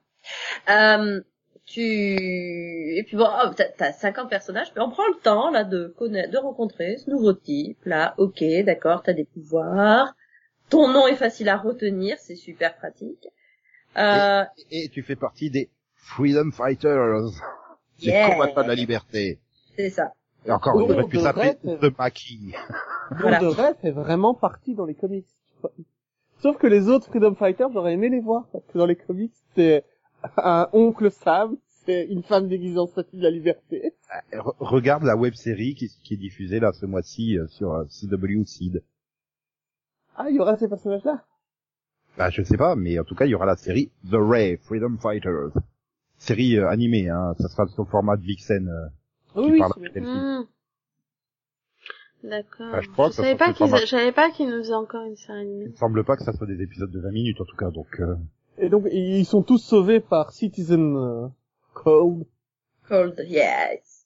Euh, tu et puis bon, oh, t'as- t'as 50 personnages, mais on prend le temps là de connaître, de rencontrer ce nouveau type. Là, ok, d'accord, t'as des pouvoirs. Ton nom est facile à retenir, c'est super pratique. Euh,
Et tu fais partie des Freedom Fighters, des
Yeah.
combattants de la liberté.
c'est ça.
Et encore,
Oui,
on aurait
on
pu
devrait
s'appeler
faire-
The Maquis.
Voilà.
Donc, de vrai, fait vraiment partie dans les comics. Sauf que les autres Freedom Fighters, j'aurais aimé les voir, parce que dans les comics, c'est un oncle Sam, c'est une femme déguisée en statue de la liberté.
Re- regarde la web série qui, qui est diffusée là ce mois-ci euh, sur euh, CW Seed.
Ah, il y aura ces personnages-là
Bah, je sais pas, mais en tout cas, il y aura la série The Ray Freedom Fighters. Série euh, animée, hein. Ça sera au format de Vixen. euh,
Oui,
qui
oui,
parle
c'est-
avec Delphine.
Hmm. D'accord.
Bah, je
je,
crois que ça
savais
sera
pas
peut-être pas
qu'ils,
mal.
je savais pas qu'ils nous faisaient encore une série animée.
Il ne semble pas que ça soit des épisodes de 20 minutes, en tout cas, donc... euh,
Et donc, ils sont tous sauvés par Citizen euh, Cold.
Cold, yes.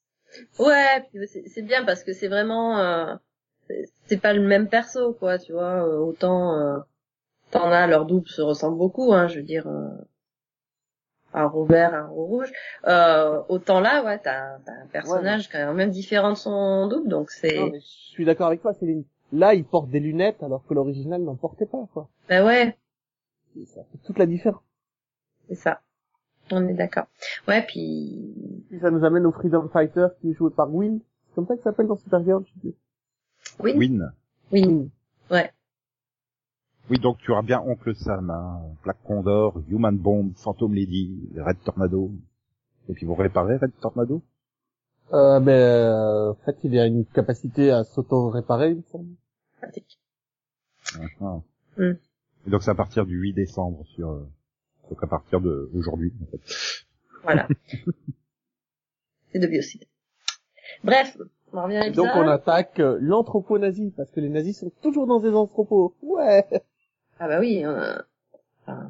Ouais, puis c'est- c'est bien parce que c'est vraiment, euh, c'est- c'est pas le même perso, quoi, tu vois. euh, Autant euh, t'en as, leurs doubles se ressemblent beaucoup, hein, je veux dire. euh, un Robert, un Rouge. Euh, autant là, ouais, t'as t'as un personnage quand même différent de son double, donc c'est.
Non, mais je suis d'accord avec toi, Céline. Là, ils portent des lunettes alors que l'original n'en portait pas, quoi.
Bah ouais,
Ça fait toute la différence.
c'est ça. On est d'accord. Ouais, puis
Puis ça nous amène au Freedom Fighter qui est joué par Win. C'est comme ça qu'il s'appelle dans Supergirl, je sais plus.
oui, oui,
Win.
Mmh.
Oui, donc tu auras bien Oncle Sam, hein. Black Condor, Human Bomb, Phantom Lady, Red Tornado. Et puis vous réparez Red Tornado
Euh, mais, euh, en fait, il a une capacité à s'auto-réparer, il me semble.
pratique.
Ah.
Mm.
Et donc c'est à partir du 8 décembre sur... euh, Donc à partir de aujourd'hui. en fait.
Voilà. c'est de biocide. Bref, on revient à
Et donc,
l'épisode.
on attaque euh, l'entrepôt nazi parce que les nazis sont toujours dans des entrepôts. Ouais.
Ah bah oui. euh, enfin,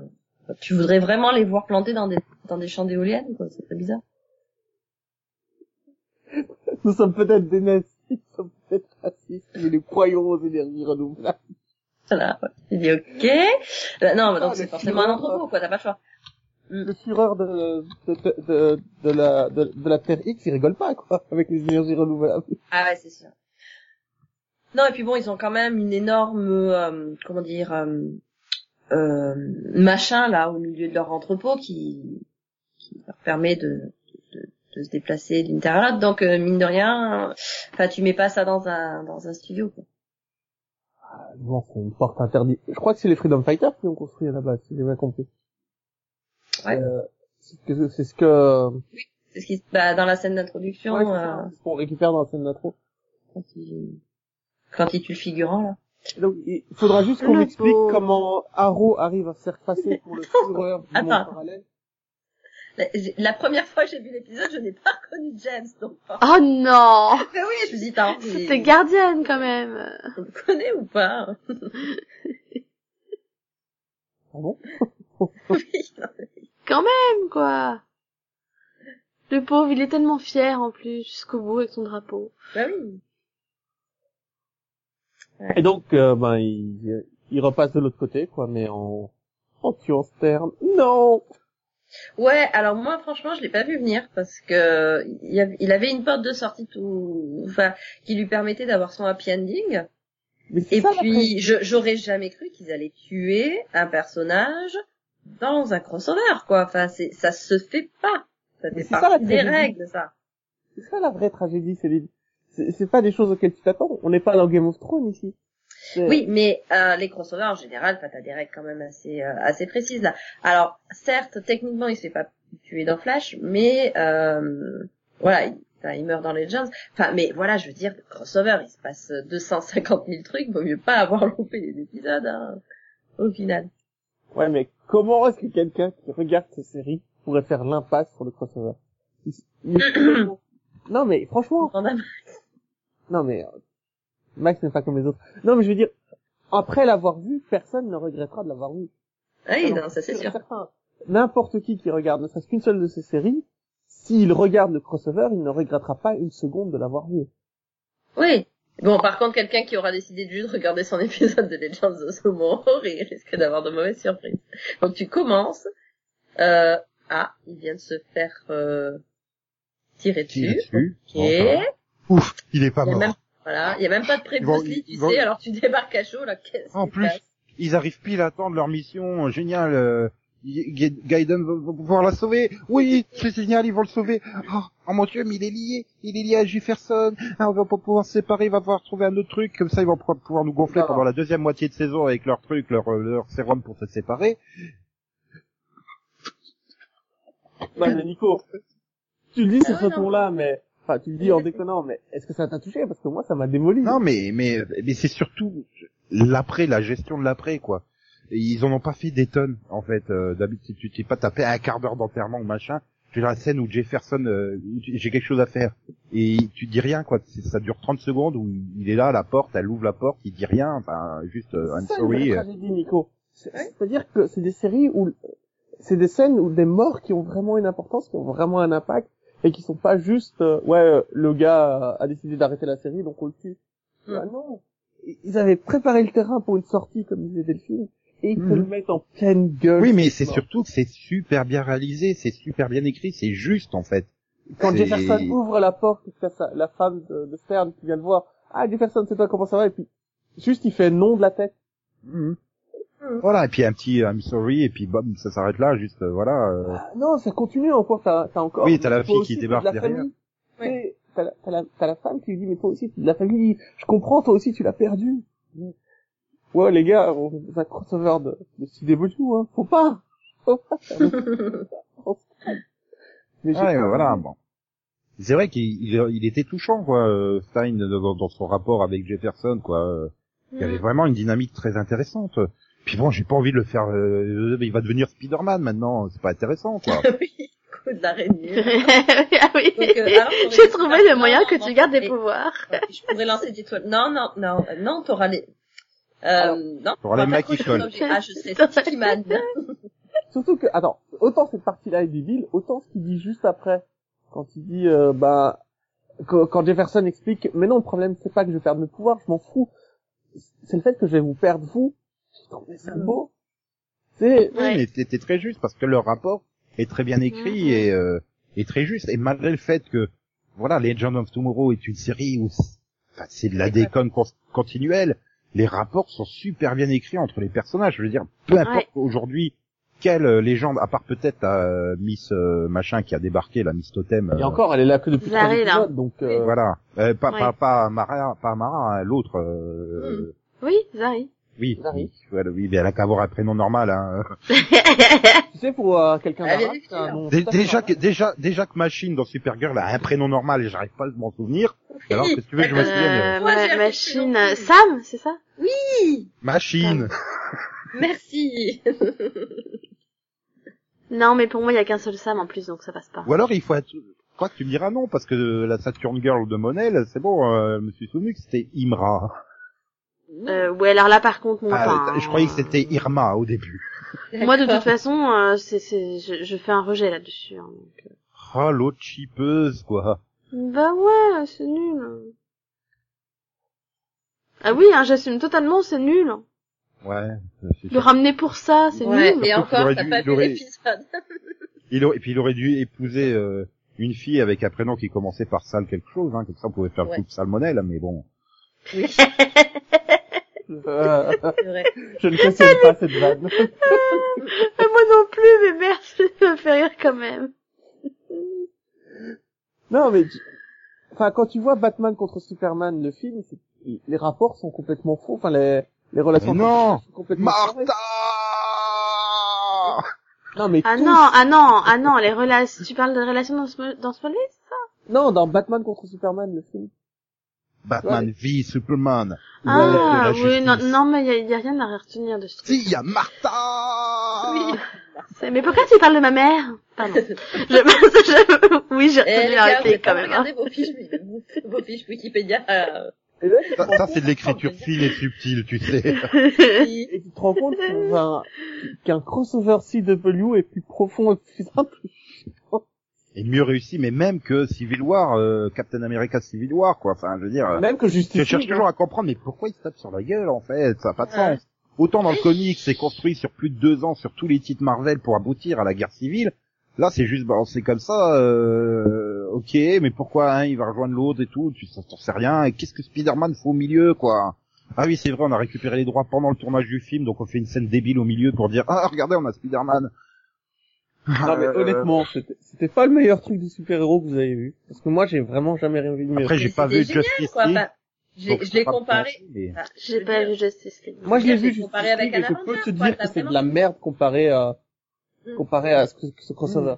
tu voudrais vraiment les voir plantés dans des dans des champs d'éoliennes quoi, c'est très bizarre.
Nous sommes peut-être des nazis, nous sommes peut-être racistes, mais nous croyons aux énergies renouvelables.
Voilà. ouais. Il dit ok. Euh, non, mais donc
Ah,
c'est
le
forcément un
fureur,
entrepôt quoi, t'as pas le choix.
Le fureur de, de, de, de, de la, de, de la Terre X, il rigole pas, quoi, avec les énergies renouvelables.
Ah ouais, c'est sûr. Non et puis bon, ils ont quand même une énorme euh, comment dire euh, euh, machin là au milieu de leur entrepôt qui, qui leur permet de de, de se déplacer d'une terre à l'autre. Donc euh, mine de rien, euh, enfin tu mets pas ça dans un dans un studio quoi.
Bon, Ah, c'est une porte interdite. Je crois que c'est les Freedom Fighters qui ont construit à la base, si j'ai bien compris.
Ouais.
Euh, c'est ce que, c'est ce que,
C'est ce qui se- bah, dans la scène d'introduction.
Ouais, c'est
euh,
ça, c'est ce qu'on récupère dans la scène d'intro.
quand il, quand il tue le figurant là.
Donc, il faudra juste qu'on
Le
m'explique
pauvre.
comment Arrow arrive à se faire passer pour le fureur du monde
Attends.
parallèle.
La, j'ai- la première fois que j'ai vu l'épisode, je n'ai pas reconnu James. Donc,
Oh non
mais Ah, ben oui, je me dis, t'as envie.
C'était gardienne quand même.
On le connaît ou pas hein
Ah bon
Oui. non, mais-
Quand même quoi. Le pauvre, il est tellement fier en plus jusqu'au bout avec son drapeau.
Bah oui.
Et donc, euh, ben, il, il repasse de l'autre côté, quoi, mais en, en tuant Stern. Non
Ouais, alors moi franchement, je l'ai pas vu venir parce que il y avait- il avait une porte de sortie tout, enfin, qui lui permettait d'avoir son happy ending.
Mais c'est
Et
ça,
puis, je- j'aurais jamais cru qu'ils allaient tuer un personnage dans un crossover, quoi. Enfin, c'est, ça se fait pas. Ça
Mais
fait
c'est ça, la
partie des
tragédie.
règles, ça.
C'est ça la vraie tragédie, Céline. C'est c'est pas des choses auxquelles tu t'attends. On n'est pas dans Game of Thrones ici. C'est-
Oui, mais euh, les crossovers en général, enfin, t'as des règles quand même assez euh, assez précises là. Alors, certes, techniquement, il se fait pas tuer dans Flash, mais euh, voilà, il, enfin, il meurt dans Legends. Enfin, mais voilà, je veux dire, le crossover, il se passe 250 000 trucs. Vaut mieux pas avoir loupé des épisodes hein, au final.
Ouais, mais comment est-ce que quelqu'un qui regarde ces séries pourrait faire l'impasse sur le crossover Il- il- Non, mais franchement, non mais euh, Max n'est pas comme les autres. Non, mais je veux dire, après l'avoir vu, personne ne regrettera de l'avoir vu.
Ah Oui,
Alors,
non, ça c'est sûr.
certain. N'importe qui qui regarde ne serait-ce qu'une seule de ces séries, s'il regarde le crossover, il ne regrettera pas une seconde de l'avoir vu.
Oui. Bon, par contre, quelqu'un qui aura décidé de juste regarder son épisode de Legends of Sumo il risque d'avoir de mauvaises surprises. Donc tu commences. Euh... Ah, il vient de se faire euh... tirer
Qui est
dessus.
dessus
Ok.
Bon, ça va. Ouf, il est pas
Il y a
mort.
même- Voilà, il y a même pas de
Ils vont-
Bruce Lee, tu
ils vont-
sais. Alors tu débarques à chaud là. Qu'est-ce
En
qui se
plus,
passe
ils arrivent pile à temps de leur mission. Génial. euh, Ga- Gaiden va va pouvoir la sauver. Oui, c'est génial, ils vont le sauver. Oh, oh mon dieu, mais il est lié. Il est lié à Jefferson. Ah, on va pas pouvoir se séparer, il va pouvoir trouver un autre truc. Comme ça, ils vont pouvoir- pouvoir nous gonfler
Non.
pendant la deuxième moitié de saison avec leur truc, leur, euh, leur sérum pour se séparer.
Non mais Nico, tu le dis sur
Ah
ce
ouais, non.
ton-là, mais enfin tu le dis en déconnant, mais est-ce que ça t'a touché Parce que moi ça m'a démoli.
Non, mais, mais, mais c'est surtout l'après, la gestion de l'après, quoi. Ils en ont pas fait des tonnes, en fait. Euh, D'habitude, tu t'es pas tapé un quart d'heure d'enterrement ou machin. Tu as la scène où Jefferson, euh, où tu- j'ai quelque chose à faire. Et tu dis rien, quoi. C'est- Ça dure 30 secondes où il est là, à la porte, elle ouvre la porte, il dit rien. Enfin, juste, euh, I'm
C'est ça, une vraie
sorry. euh,
tragédie, Nico. C'est-
Ouais.
C'est-à-dire que c'est des séries où c'est des scènes où des morts qui ont vraiment une importance, qui ont vraiment un impact et qui sont pas juste euh, ouais euh, le gars euh, a décidé d'arrêter la série donc on le tue.
Hmm.
Bah non, ils avaient préparé le terrain pour une sortie comme disait Delphine et ils te
Mhm.
le mettent en pleine gueule.
Oui, mais c'est
Bon.
surtout que c'est super bien réalisé, c'est super bien écrit, c'est juste, en fait.
Quand
C'est-
Jefferson ouvre la porte, et que t'as sa- la femme de, de Stern qui vient le voir, ah Jefferson, c'est toi, comment ça va Et puis, juste, il fait non de la tête.
Mhm. Voilà, et puis un petit I'm sorry, et puis bam, ça s'arrête là, juste, euh, voilà. euh.
Ah, non, ça continue encore, t'as t'as encore...
Oui, t'as la
toi
fille
aussi,
qui
t'es de
débarque
la
derrière.
famille.
Ouais.
Et T'as la, t'as la- t'as la femme qui lui dit, mais toi aussi, t'es de la famille, je comprends, toi aussi, tu l'as perdu. Ouais, les gars, on fait un crossover de, de CW, hein, faut pas Faut pas faire des crossovers en Stern. Mais j'ai
Ouais,
pas-
Ah, ben voilà, bon. C'est vrai qu'il il- il était touchant, quoi, euh, Stein, dans, dans son rapport avec Jefferson, quoi. euh, Il y avait
Mm.
vraiment une dynamique très intéressante. Puis bon, j'ai pas envie de le faire... euh, il va devenir Spider-Man, maintenant, c'est pas intéressant, quoi.
Oui, coup de l'araignée.
ah oui.
Donc, euh, alors, on
J'ai
aurait dû
trouvé
faire-
le moyen
Non,
que
non,
tu gardes des
et-
pouvoirs.
Ouais, je pourrais lancer des étoiles. Non, non, non, euh, non, t'auras les. Euh, non,
t'auras les
pas
mecs
trop
qui
sur
collent.
l'objet. Ah, je serai Sticky-Man.
Surtout que, attends, autant cette partie-là est débile, autant ce qu'il dit juste après, quand il dit, euh, bah, quand, quand Jefferson explique, mais non, le problème, c'est pas que je perde mes pouvoirs, je m'en fous, c'est le fait que je vais vous perdre vous. J'ai trouvé ça beau. C'est,
Oui, mais c'était très juste parce que leur rapport est très bien écrit
Mhm.
et, euh, est très juste. Et malgré le fait que, voilà, Legend of Tomorrow est une série où c- enfin, c'est de la déconne cons- continuelle, les rapports sont super bien écrits entre les personnages. Je veux dire, peu importe aujourd'hui quelle euh, légende, à part peut-être euh, Miss euh, machin qui a débarqué, la Miss Totem.
et
euh,
encore, elle est là que depuis trois
Zaré, là.
épisodes, donc, euh,
Voilà, Euh, pas,
Ouais.
pas pas Mara, pas Mara, hein, l'autre. euh,
Oui, Zari.
Oui,
Zaré.
Voilà, oui, mais elle a qu'à avoir un prénom normal. Hein.
tu sais, pour euh, quelqu'un
Elle est
d'arabe, c'est un nom
Dé-
tout à fait
déjà, que,
normal.
déjà, déjà que Machine dans Supergirl a un prénom normal et j'arrive pas à m'en souvenir. Alors que tu veux, que je me souvienne.
Euh,
Moi, j'ai
ma-
appris que
machine,
non
euh, Sam, c'est ça
Oui,
Machine
Euh.
merci.
Non, mais pour moi, il y a qu'un seul Sam en plus, donc ça passe pas.
Ou alors il faut être... Je crois que tu me diras non, parce que la Saturn Girl de Monel, c'est bon, euh, je me suis souvenu que c'était Imra.
Euh, ouais, alors là, par contre, moi,
Ah,
enfin,
Je croyais que c'était Irma au début.
Moi, de toute façon, euh, c'est, c'est, je, je fais un rejet là-dessus. hein, donc, euh.
Ah, l'autre chipeuse, quoi.
Bah ouais, c'est nul. Ah oui, hein, j'assume totalement, c'est nul.
Ouais.
Le ramener pour ça, c'est
Ouais,
nul.
Surtout
et
qu'il
encore,
aurait
t'as
dû-
pas
il
vu
aurait-
l'épisode.
Il aurait- et puis il aurait dû épouser euh, une fille avec un prénom qui commençait par sale quelque chose, hein, comme ça on pouvait faire le
Ouais.
couple salmonelle, mais bon.
Oui,
Euh,
c'est vrai.
je ne questionne pas cette vanne.
Mais moi non plus, mais merde, ça me fait rire quand même.
Non, mais, tu- enfin, quand tu vois Batman contre Superman, le film, c'est- les rapports sont complètement faux, enfin, les, les relations
Mais non
sont complètement foirées.
Martha
Non, mais
Ah
tous.
non, ah non, ah non, les relations, tu parles de relations dans, Sm- dans Smallville
Non, dans Batman contre Superman, le film.
Batman vit Superman.
Ah
L'œuvre de la
oui, non,
justice.
non, mais il y a, y a rien à retenir de ce truc.
Si, Ah. il y a Martha
C'est- Mais pourquoi tu parles de ma mère Pardon. Je- je- oui, j'ai
Eh,
retenu
les
la
gars, vous
réplique
êtes
quand
pas
même. hein.
regardé vos fiches, vos fiches Wikipédia. euh,
Et là, tu te
Ça,
rends
ça,
compte-
c'est de l'écriture fine et subtile, tu sais.
qui-
et tu te rends compte que, enfin, qu'un crossover CW est plus profond et plus simple.
Et mieux réussi, mais même que Civil War, euh, Captain America Civil War, quoi. Enfin, je veux dire... euh,
Même que
Je
Justice
cherche
League,
toujours à comprendre, mais pourquoi il se tape sur la gueule, en fait? Ça n'a pas de
hein. Ouais.
sens. Autant dans le comic, c'est construit sur plus de deux ans sur tous les titres Marvel pour aboutir à la guerre civile. Là, c'est juste balancé comme ça, euh, ok, mais pourquoi, hein, il va rejoindre l'autre et tout, tu t'en t'en sais rien, et qu'est-ce que Spider-Man fait au milieu, quoi? Ah oui, c'est vrai, on a récupéré les droits pendant le tournage du film, donc on fait une scène débile au milieu pour dire, ah, regardez, on a Spider-Man.
Non mais
Euh,
honnêtement, c'était c'était pas le meilleur truc de super-héros que vous avez vu. Parce que moi, j'ai vraiment jamais rien vu de mieux.
Après, j'ai pas
c'était
vu
génial,
Justice
quoi.
League.
Enfin, j'ai-
donc
je
peux
l'ai
pas me
comparé.
prononcer, mais-
Enfin, je
J'ai
veux
pas
dire,
vu Justice League.
Moi, je l'ai
J'ai
vu
comparé
Justice
avec
League et je
Hannah
peux te
Montana,
dire
quoi,
que c'est de
t'as
la
vraiment-
merde comparé à,
Mm.
comparé à ce, que- ce crossover.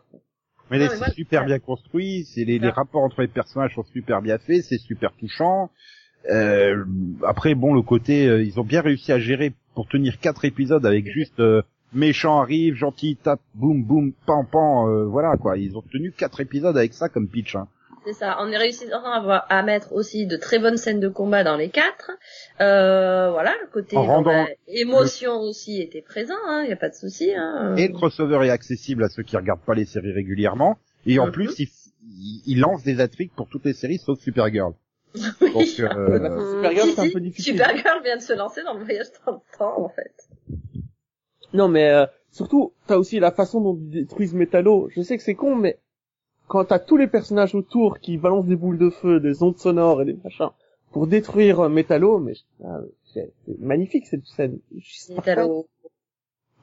Mais là,
Non, mais euh,
c'est
voilà.
super bien construit, c'est les, les
Ouais.
rapports entre les personnages sont super bien faits, c'est super touchant. Euh, après, bon, le côté, euh, ils ont bien réussi à gérer pour tenir quatre épisodes
Mhm.
avec juste euh, méchant arrive, gentil tape, boum boum, pan pan, euh, voilà quoi. Ils ont tenu quatre épisodes avec ça comme pitch. Hein.
C'est ça. On est réussi à, avoir- à mettre aussi de très bonnes scènes de combat dans les quatre. Euh, voilà, le côté
En
bon,
rendant
bah, émotion aussi était présent. Il hein, y a pas de souci. Hein.
Et le crossover est accessible à ceux qui regardent pas les séries régulièrement. Et en
Mhm.
plus, ils il, il lance des intrigues pour toutes les séries sauf Supergirl.
Oui.
Donc,
Ouais,
euh,
parce que
Mm.
Supergirl,
Si,
c'est un
si,
peu difficile.
Supergirl vient de se lancer dans le voyage dans le temps en fait.
Non mais euh, surtout, t'as aussi la façon dont ils détruisent Metallo. Je sais que c'est con, mais quand t'as tous les personnages autour qui balancent des boules de feu, des ondes sonores et des machins pour détruire euh, Metallo, mais ah, c'est c'est magnifique cette scène. Juste
C'est
parfaite.
allô.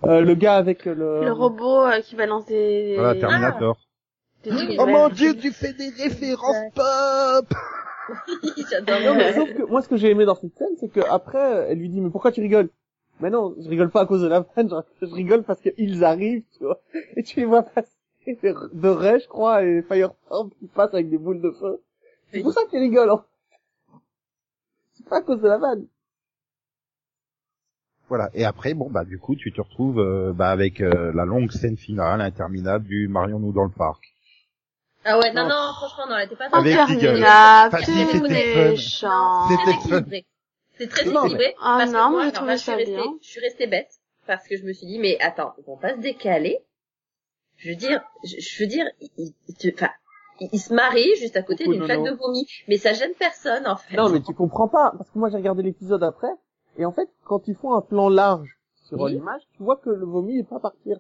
Euh, le gars avec le...
Le robot euh, qui balance des...
voilà,
des-
Terminator.
des trucs,
oh
ouais.
mon dieu, tu fais des références pop
Non,
J'adore.
mais sauf que moi, ce que j'ai aimé dans cette scène, c'est que après, elle lui dit, mais pourquoi tu rigoles? Mais non, je rigole pas à cause de la vanne, je, je rigole parce qu'ils arrivent, tu vois. Et tu les vois passer, de Ray, je crois, et Firestorm qui passent avec des boules de feu. C'est pour ça qu'ils rigolent, hein. C'est pas à cause de la vanne.
Voilà. Et après, bon, bah, du coup, tu te retrouves euh, bah, avec euh, la longue scène finale interminable du Marions-nous dans le parc.
Ah ouais, non, non, franchement, non, elle était pas
Oh,
dans
Avec euh, Diggle.
Interminable,
Enfin,
tu
si,
es
c'était fun.
Ah, méchant.
C'était
très
fun.
équilibré. C'est très
Non, mais-
équilibré.
Ah
parce
non,
que
moi,
moi,
j'ai
alors
trouvé
là, je
ça
suis restée,
bien.
je suis restée bête parce que je me suis dit, mais attends, ils vont pas se décaler. Je veux dire, je, je veux dire, ils, ils te- enfin, ils- ils se marient juste à côté
Coucou,
d'une flaque
Nono.
de vomi, mais ça gêne personne en fait.
Non, mais tu comprends pas, parce que moi, j'ai regardé l'épisode après, et en fait, quand ils font un plan large sur
Oui.
l'image, tu vois que le vomi est pas partir.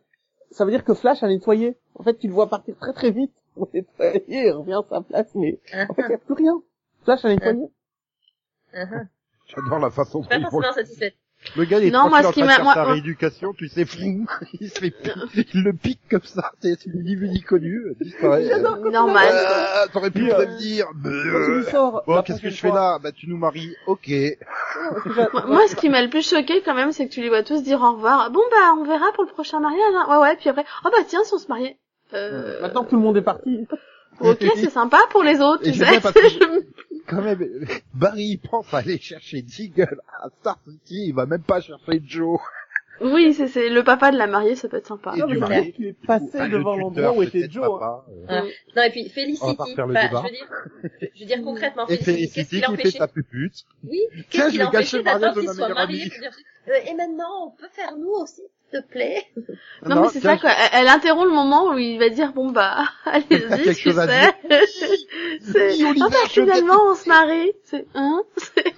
Ça veut dire que Flash a nettoyé. En fait, tu le vois partir très très vite. On nettoie, il revient à sa place, mais
Hein,
En fait, y a plus rien. Flash a nettoyé.
hein, hein.
J'adore la façon dont
Je suis
ils
pas
font le-
forcément satisfaite.
le gars il est
Non, moi,
tranquille en train de
ce qui m'a-
faire
moi-
sa
moi-
rééducation, tu sais, flou, il se fait, pi- il le pique comme ça, c'est c'est ni vu ni connu, euh, disparaît.
Normal. quoi.
Ah, t'aurais pu
Puis, euh,
prévenir.
Quand tu nous sors,
Euh, Bon,
la
qu'est-ce que
prochaine
je fais
fois-
là Bah, tu nous maries. Ok.
Moi, moi, ce qui m'a le plus choqué quand même, c'est que tu les vois tous dire au revoir. Bon bah, on verra pour le prochain mariage. hein. Ouais ouais. Puis après, oh bah tiens, si on se mariait. Euh,
Maintenant que tout le monde est parti.
ok, c'est sympa pour les autres,
Et
tu
je
sais.
sais, parce que-
Je-
quand même, Barry il pense à aller chercher Deagle à Star City, il va même pas chercher Joe.
Oui, c'est- c'est le papa de la mariée, ça peut être sympa.
Et
Non,
du
mais
mari,
c'est-à-dire qu'il est passé
Enfin, le
devant
tuteur,
l'endroit où était
peut-être
Joe. hein.
papa, euh.
Non, et puis
On va
Felicity,
pas refaire le
enfin,
débat.
je veux dire, je veux dire concrètement,
Et c'est
Felicity, qu'est-ce qui
City qui fait
l'empêchait
sa pupute.
Oui,
Tiens,
qu'est-ce
je
qui
vais
l'empêchait
gâcher le mariage
d'attendre
de
qu'il
ma
soit
meilleure
marié
amie.
pour dire, euh, Et maintenant, on peut faire nous aussi, s'il te plaît
Non, mais c'est
tiens,
ça, quoi. Elle, elle interrompt le moment où il va dire, bon, bah,
T'as
allez-y,
quelque
tu
chose à
sais. C'est-
Oui, Oliver,
Ah, bah,
je veux
finalement, on se marie. C'est, hein?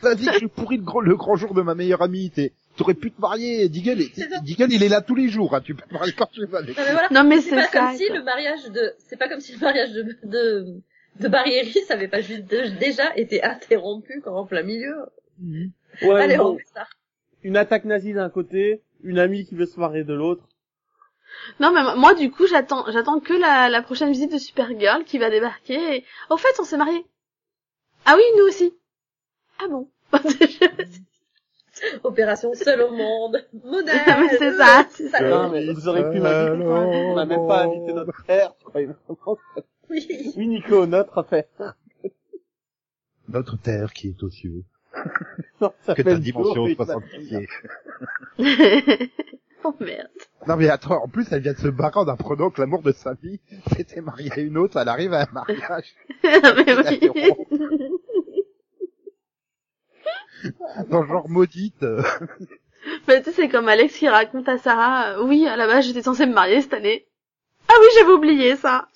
T'as dit que je pourris le grand, le grand jour de ma meilleure amie. t'es- T'aurais pu te marier. Deagle, est-
C'est ça.
Deagle, il est là tous les jours. hein, Tu peux te marier quand tu veux avec.
Non, mais voilà.
Non, mais
C'est
c'est
pas
ça.
comme si
quoi.
le mariage de, c'est pas comme si le mariage de, de, de Barry Harris avait pas juste de- déjà été interrompu quand en plein milieu.
Ouais,
Allez,
bon,
on fait ça.
une attaque nazie d'un côté, une amie qui veut se marier de l'autre.
Non, mais moi- moi, du coup, j'attends, j'attends que la, la prochaine visite de Supergirl qui va débarquer et, au fait, on s'est mariés. Ah oui, nous aussi. Ah bon?
Opération seul au monde. Modèle.
Ah, mais c'est ça, c'est ça.
Non, mais ils auraient pu m'inviter. quoi. On n'a même pas invité notre frère. tu vois, il manque
Oui.
Une icône, notre affaire.
Notre terre qui est aux cieux.
Non, ça
Que
fait
ta
le
dimension
tour, et
60
ça-
pieds.
oh merde.
hein. Non mais attends, en plus elle vient de se barrer en apprenant que l'amour de sa vie c'était marié à une autre, elle arrive à un mariage.
Non, mais
La
oui.
héros. Dans genre maudite. euh,
Mais tu sais, c'est comme Alex qui raconte à Sarah, euh, oui, à la base, j'étais censée me marier cette année. Ah oui, j'avais oublié ça.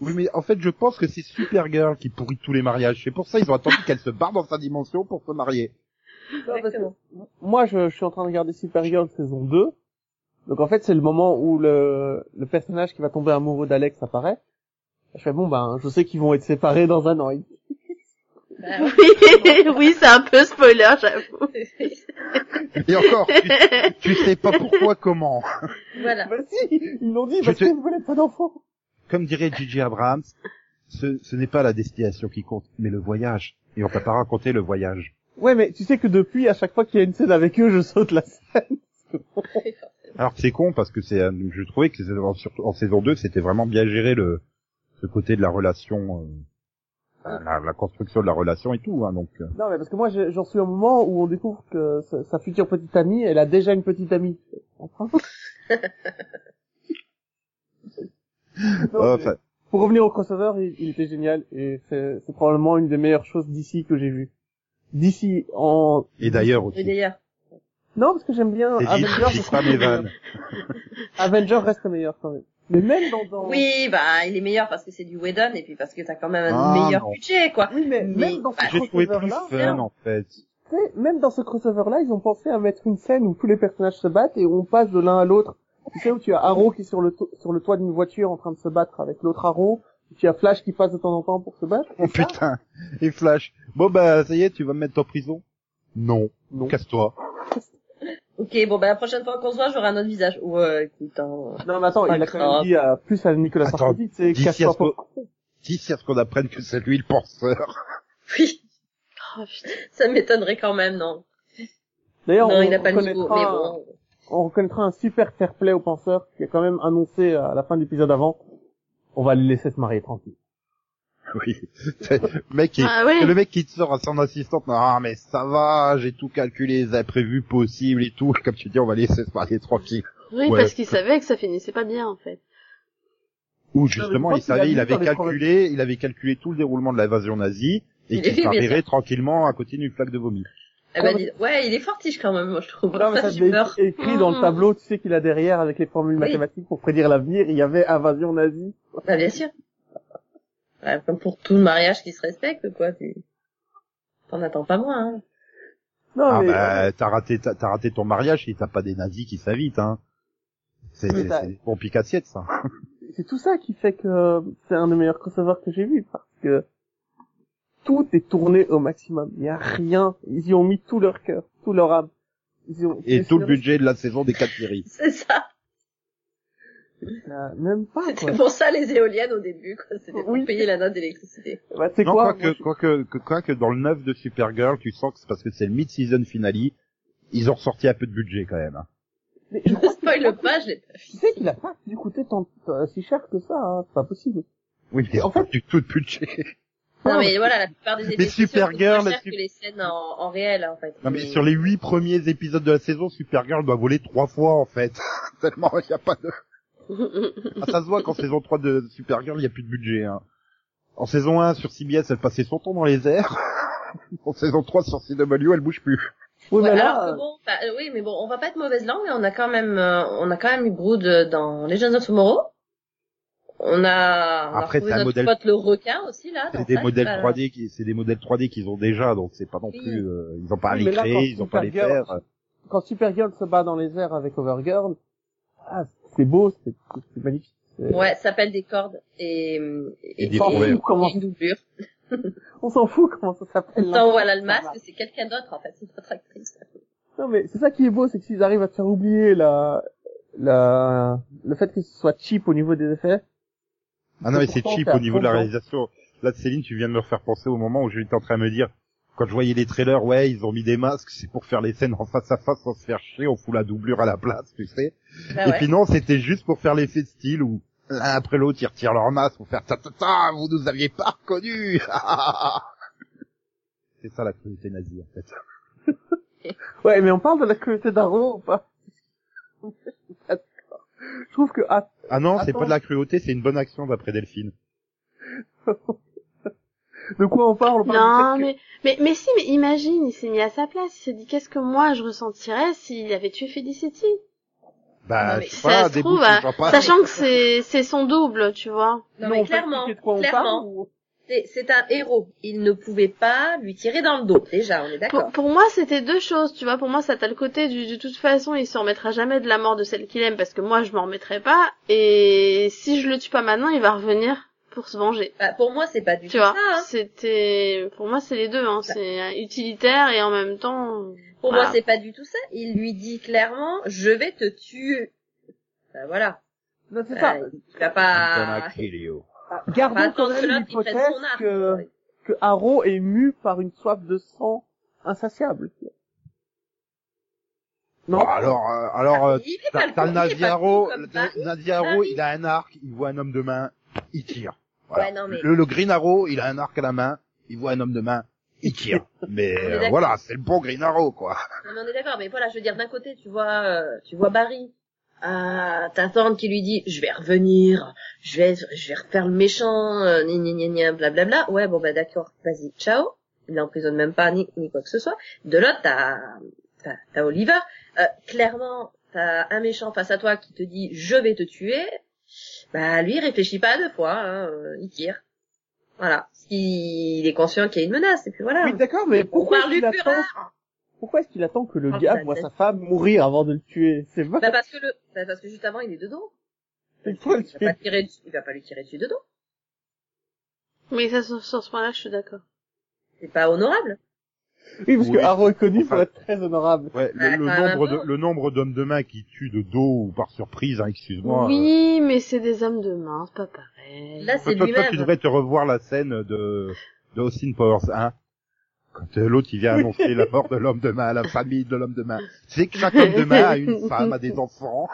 Oui mais en fait je pense que c'est Supergirl qui pourrit tous les mariages. C'est pour ça ils ont attendu qu'elle se barre dans sa dimension pour se marier.
Non, parce que Moi, je, je suis en train de regarder Supergirl saison 2. Donc en fait, c'est le moment où le, le personnage qui va tomber amoureux d'Alex apparaît. Je fais bon ben, je sais qu'ils vont être séparés dans un an.
Bah, ouais.
oui, oui, c'est un peu spoiler, j'avoue.
Et encore, tu, tu sais pas pourquoi comment.
voilà.
Bah si, ils l'ont dit
Je
parce
te-
qu'ils ne voulaient pas d'enfants.
Comme dirait Gigi Abrams, ce, ce n'est pas la destination qui compte, mais le voyage. Et on t'a pas raconté le voyage.
Ouais, mais tu sais que depuis, à chaque fois qu'il y a une scène avec eux, je saute la scène.
Alors que c'est con parce que c'est, euh, je trouvais que c'est- en, surtout en saison 2, c'était vraiment bien géré le ce côté de la relation, euh, la, la construction de la relation et tout. Hein, donc euh.
Non, mais parce que moi, je- j'en suis au moment où on découvre que sa, sa future petite amie, elle a déjà une petite amie. Enfin. Non,
Euh,
mais
enfin,
Pour revenir au crossover, il, il était génial et c'est c'est probablement une des meilleures choses d'ici que j'ai vues. D'ici en
et d'ailleurs
Et
aussi.
d'ailleurs.
non parce que j'aime bien
C'est dit,
Avenger,
dit
parce
pas
que-
mes vannes.
Avenger reste meilleur quand même. Mais même dans, dans...
Oui, bah, il est meilleur parce que c'est du Whedon et puis parce que t'as quand même un
Ah,
meilleur
non.
budget, quoi.
Oui, mais,
Mais-
même dans ce
J'ai trouvé
crossover
plus
là,
fun en fait.
Tu sais, même dans ce crossover-là, ils ont pensé à mettre une scène où tous les personnages se battent et on passe de l'un à l'autre. Tu sais où tu as Arrow qui est sur le, to- sur le toit d'une voiture en train de se battre avec l'autre Arrow, tu as Flash qui passe de temps en temps pour se battre.
Oh putain. Et Flash. Bon bah ça y est, tu vas me mettre en prison. Non.
Non.
Casse-toi.
Ok, bon, bah, la prochaine fois qu'on se voit, j'aurai un autre visage. Ouais, écoute, hein.
Non mais attends,
Pas
il a quand même
grave.
dit à, plus à Nicolas
Attends,
Sarkozy, tu sais,
d'ici
casse-toi
à ce
pour-
D'ici à ce qu'on apprenne que c'est lui le penseur.
Oui,
Oh, putain.
ça m'étonnerait quand même, non.
D'ailleurs,
non,
on,
il a pas le niveau,
reconnaîtra,
mais bon.
on reconnaîtra un super fair play aux penseurs qui a quand même annoncé euh, à la fin de l'épisode avant, on va les laisser se marier tranquille.
Oui. C'est- mec, il-
Ah oui.
Le mec qui te sort à son assistante, ah mais ça va, j'ai tout calculé, les imprévus possibles et tout. Comme tu dis, on va laisser se marier tranquille.
Oui,
Ouais.
parce qu'il savait que ça finissait pas bien, en fait.
Ou
je
justement,
crois
il
qu'il a
savait,
dit
il avait
dans les
calculé, il avait calculé tout le déroulement de l'invasion nazie et
Il
qu'il
est
se
aimé,
marierait tranquillement à côté d'une flaque de vomi.
Eh ben, dis- ouais, il est fortiche quand même, moi, je trouve.
Non, mais
ça,
ça
j'ai
devait
peur. Mm.
être écrit dans le tableau, tu sais qu'il a derrière avec les formules
Oui.
mathématiques pour prédire l'avenir, il y avait invasion nazie.
Bah, bien sûr. Ouais, comme pour tout le mariage qui se respecte, quoi. tu- T'en attends pas moins, hein.
Non,
Ah
mais, euh,
bah, t'as raté, t'as t'as raté ton mariage si t'as pas des nazis qui s'invitent, hein. C'est
Mais
c'est-
t'as-
c'est des pompes assiettes, ça.
c'est tout ça qui fait que euh, c'est un des meilleurs crossovers que j'ai vu parce que tout est tourné au maximum. Il y a rien. Ils y ont mis tout leur cœur, tout leur âme. Ils y ont-
Et
c'est
tout le
sûr-
budget de la saison des quatre séries.
C'est ça.
Euh, Même pas, quoi.
C'était pour ça les éoliennes au début, quoi. C'était pour
Oui.
payer la note d'électricité.
Bah, tu sais
Non,
quoi?
quoique, quoique, que- quoique dans le neuf de Supergirl, tu sens que c'est parce que c'est le mid-season finale, ils ont ressorti un peu de budget quand même. hein.
Mais je
Je
crois
spoil pas, je l'ai pas
tu sais qu'il a pas dû coûter tant, euh, si cher que ça, hein. C'est pas possible.
Oui, mais
En
en fait, du tout de budget.
Non, mais voilà, la plupart des épisodes
Supergirl,
sont
la
moins chers
Sup-
que les scènes en, en réel, en fait.
Non mais
Et-
sur les huit premiers épisodes de la saison, Supergirl doit voler trois fois en fait. Tellement il y a pas de. Ah, ça se voit qu'en saison 3 de Supergirl, il y a plus de budget. Hein. En saison 1 sur CBS, elle passait son temps dans les airs. en saison 3 sur CW, elle bouge plus.
Oui,
Ouais,
mais
alors
là,
que bon, bah, euh, oui, mais bon, on va pas être mauvaise langue, mais on a quand même, euh, on a quand même eu Groot euh, dans Legends of Tomorrow. On a, on a
Après,
retrouvé
c'est un
notre
modèle-
pote le requin aussi là. dans
C'est des
ça,
modèles
c'est pas-
3D qui, c'est des modèles 3D qu'ils ont déjà, donc c'est pas non
Oui.
plus, euh, ils ont pas à
Oui,
les
mais là, quand
créer, ils ont pas à les
Supergirl-
faire.
quand Supergirl se bat dans les airs avec Overgirl, ah, c'est beau, c'est c'est magnifique. c'est-
Ouais, ça s'appelle des cordes et et,
des
et-
problèmes.
et
Comment-
une doublure.
On s'en fout comment ça s'appelle. hein.
Tant voilà le
Ça va.
masque, c'est quelqu'un d'autre en fait, c'est notre actrice.
Non mais c'est ça qui est beau, c'est que s'ils arrivent à te faire oublier la, la, le fait que ce soit cheap au niveau des effets.
Ah non, mais c'est
Pourtant,
cheap
t'as
au niveau de la
comprends.
réalisation. Là, Céline, tu viens de me refaire penser au moment où j'étais en train de me dire, quand je voyais les trailers, ouais, ils ont mis des masques, c'est pour faire les scènes en face à face sans se faire chier, on fout la doublure à la place, tu sais.
Bah
Et
ouais.
puis non, c'était juste pour faire l'effet de style où, l'un après l'autre, ils retirent leur masque pour faire ta ta ta, vous nous aviez pas reconnus! c'est ça la cruauté nazie, en fait.
Ouais, mais on parle de la cruauté d'Arrow ou pas Je suis pas d'accord. Je trouve que ah,
Ah non, c'est
Attends.
pas de la cruauté, c'est une bonne action d'après Delphine.
de quoi on parle, on
Non,
parle du fait que-
mais, mais, mais si, mais imagine, il s'est mis à sa place, il s'est dit qu'est-ce que moi je ressentirais s'il avait tué Felicity.
Bah,
Non, mais
je sais
ça
pas,
se
des
trouve,
bouts,
hein,
euh,
j'en parle.
Sachant que c'est, c'est son double, tu vois.
Non,
Non,
mais
on fait
clairement,
expliquer de quoi on parle
clairement,
ou-
c'est- c'est un héros. Il ne pouvait pas lui tirer dans le dos. Déjà, on est
Pour,
d'accord.
pour moi, c'était deux choses, tu vois. Pour moi, ça t'a le côté du, de toute façon, il s'en remettra jamais de la mort de celle qu'il aime parce que moi, je m'en remettrai pas. Et si je le tue pas maintenant, il va revenir pour se venger.
Bah, pour moi, c'est pas du
Tu
tout
vois,
ça. hein.
c'était, pour moi, c'est les deux, hein. C'est euh, utilitaire et en même temps,
Pour
Voilà.
moi, c'est pas du tout ça. Il lui dit clairement, je vais te tuer. Ben voilà.
Non, c'est ça. Ah,
Ben, il va
I'm gonna
pas.
kill you.
Gardons
Enfin,
quand
attends que
même
l'autre, il prenne
l'hypothèse
son arc.
que, que Arrow est mu par une soif de sang insatiable. Non.
Bon, alors, euh, alors, euh,
il est Ah, pas
t'as
le
t'as le
con, il est pas le con
Naziaro,
comme Ah,
le
Barry.
le Naziaro,
Barry.
il a un arc, il voit un homme de main, il tire. Voilà.
Ouais, non, mais-
le, le Green Arrow, il a un arc à la main, il voit un homme de main, il tire. Mais
On est
euh,
d'accord.
voilà, c'est le bon Green Arrow, quoi.
Non, mais on est d'accord, mais voilà, je veux dire, d'un côté, tu vois, euh, tu vois Barry, euh, ta tante qui lui dit, je vais revenir, je vais, je vais refaire le méchant, euh, ni ni ni ni, blablabla. Ouais, bon bah d'accord, vas-y, ciao. Il l'emprisonne même pas, ni, ni quoi que ce soit. De l'autre, t'as, t'as, t'as Oliver. Euh, clairement, t'as un méchant face à toi qui te dit, je vais te tuer. Bah lui, il réfléchit pas deux fois, hein, euh, il tire. Voilà, il est conscient qu'il y a une menace, et puis voilà.
Oui, d'accord, mais
on
pourquoi
parle
est-ce
du
qu'il
pur
attend,
art.
pourquoi est-ce qu'il attend que le
Ah,
gars
la
voit
tête.
sa femme mourir avant de le tuer? C'est vrai.
Bah parce que le, bah parce que juste avant il est dedans.
Il faut le
Il va pas
tuer.
tirer dessus, il va pas lui tirer dessus dedans.
mais ça, sur, sur ce point-là, je suis d'accord.
C'est pas honorable.
Oui, parce que
Oui.
Arrow est connu
Enfin-
pour être très honorable.
Ouais, le,
Ouais,
le
quand même un
nombre
peu.
de, le nombre d'hommes de main qui tuent de dos ou par surprise, hein, excuse-moi. euh,
oui, mais c'est des hommes de main, c'est pas pareil.
Là
toi,
c'est
toi, tu
lui-même.
devrais te revoir la scène de, de Austin Powers, hein. Quand euh, l'autre, il vient annoncer la mort de l'homme de main à la famille de l'homme de main. C'est que chaque homme de main a une femme, a des enfants.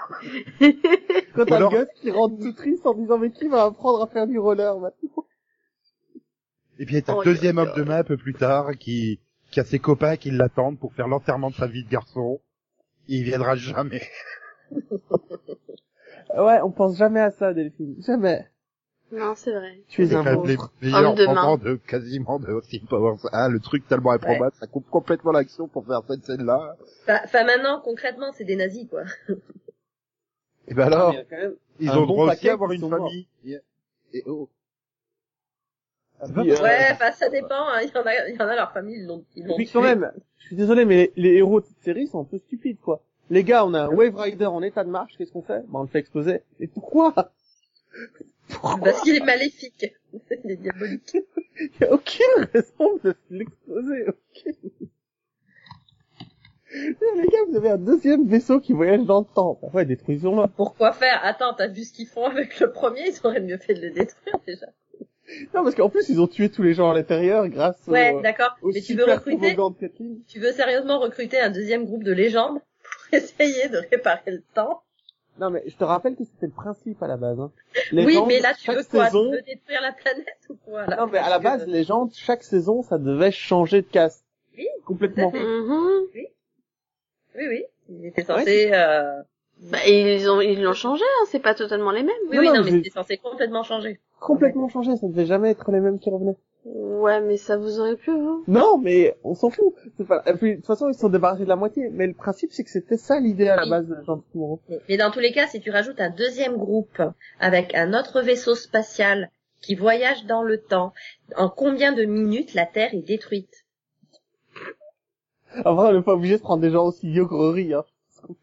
Quand t'as
alors-
le gosse qui rentre tout triste en disant, mais qui va apprendre à faire du roller bah. maintenant?
Et puis, t'as
Oh,
le deuxième
yo,
homme de main un peu plus tard qui, qui a ses copains qui l'attendent pour faire l'enterrement de sa vie de garçon. Il viendra jamais.
Ouais, on pense jamais à ça, Delphine. Jamais.
Non, c'est vrai.
Tu es
C'est quand
un
même
monstre.
les meilleurs
Homme de main.
moments de, quasiment de Austin Powers. Hein, le truc tellement improbable, ça coupe complètement l'action pour faire cette scène-là.
Enfin, enfin, maintenant concrètement c'est des nazis quoi.
Et ben alors,
Mais quand même,
ils
un
ont
bon
droit aussi
paquet
à avoir
qui
une
sont morts.
famille. Et- et oh. euh,
Ah,
C'est pas
puis,
parce que-
Ouais, enfin ça dépend. hein. Il y en a, il y en a leur famille ils l'ont, ils l'ont
Puis
tué.
quand même, je suis désolé, mais les, les héros de cette série sont un peu stupides, quoi. Les gars, on a un Wave Rider en état de marche, qu'est-ce qu'on fait Bah, on le fait exploser. Mais pourquoi Pourquoi
Parce qu'il est maléfique. il est diabolique.
Il y a aucune raison de l'exploser, aucune. Les gars, vous avez un deuxième vaisseau qui voyage dans le temps. Bah ouais, détruisons-le.
Pourquoi faire Attends, t'as vu ce qu'ils font avec le premier Ils auraient mieux fait de le détruire déjà.
Non, parce qu'en plus, ils ont tué tous les gens à l'intérieur grâce
Ouais,
au,
d'accord.
au
Mais tu veux
super
recruter
toboggan de Kathleen.
Tu veux sérieusement recruter un deuxième groupe de légendes pour essayer de réparer le temps
Non, mais je te rappelle que c'était le principe à la base. Hein. Les
oui,
gens,
mais là, tu
chaque
veux quoi
saison-
Tu veux détruire la planète ou quoi là
Non, mais à la
Parce
base,
que-
les gens, chaque saison, ça devait changer de caste.
Oui,
Complètement.
tout à fait.
Mhm.
Oui, oui. Ils étaient
Ouais,
censés... euh,
Bah, ils ont, ils l'ont changé, hein, c'est pas totalement les mêmes.
Oui,
Non,
oui,
non,
non, mais
mais-
c'était censé complètement changer.
Complètement changé, ça devait jamais être les mêmes qui revenaient.
Ouais, mais ça vous aurait plu, vous
Non, mais on s'en fout. C'est pas... Et puis, de toute façon, ils se sont débarrassés de la moitié. Mais le principe, c'est que c'était ça l'idée à la
Oui.
base de Jean de Poumon.
Mais, mais dans tous les cas, si tu rajoutes un deuxième groupe avec un autre vaisseau spatial qui voyage dans le temps, en combien de minutes la Terre est détruite
En vrai, on n'est pas obligé de prendre des gens aussi vieux que Rory, hein.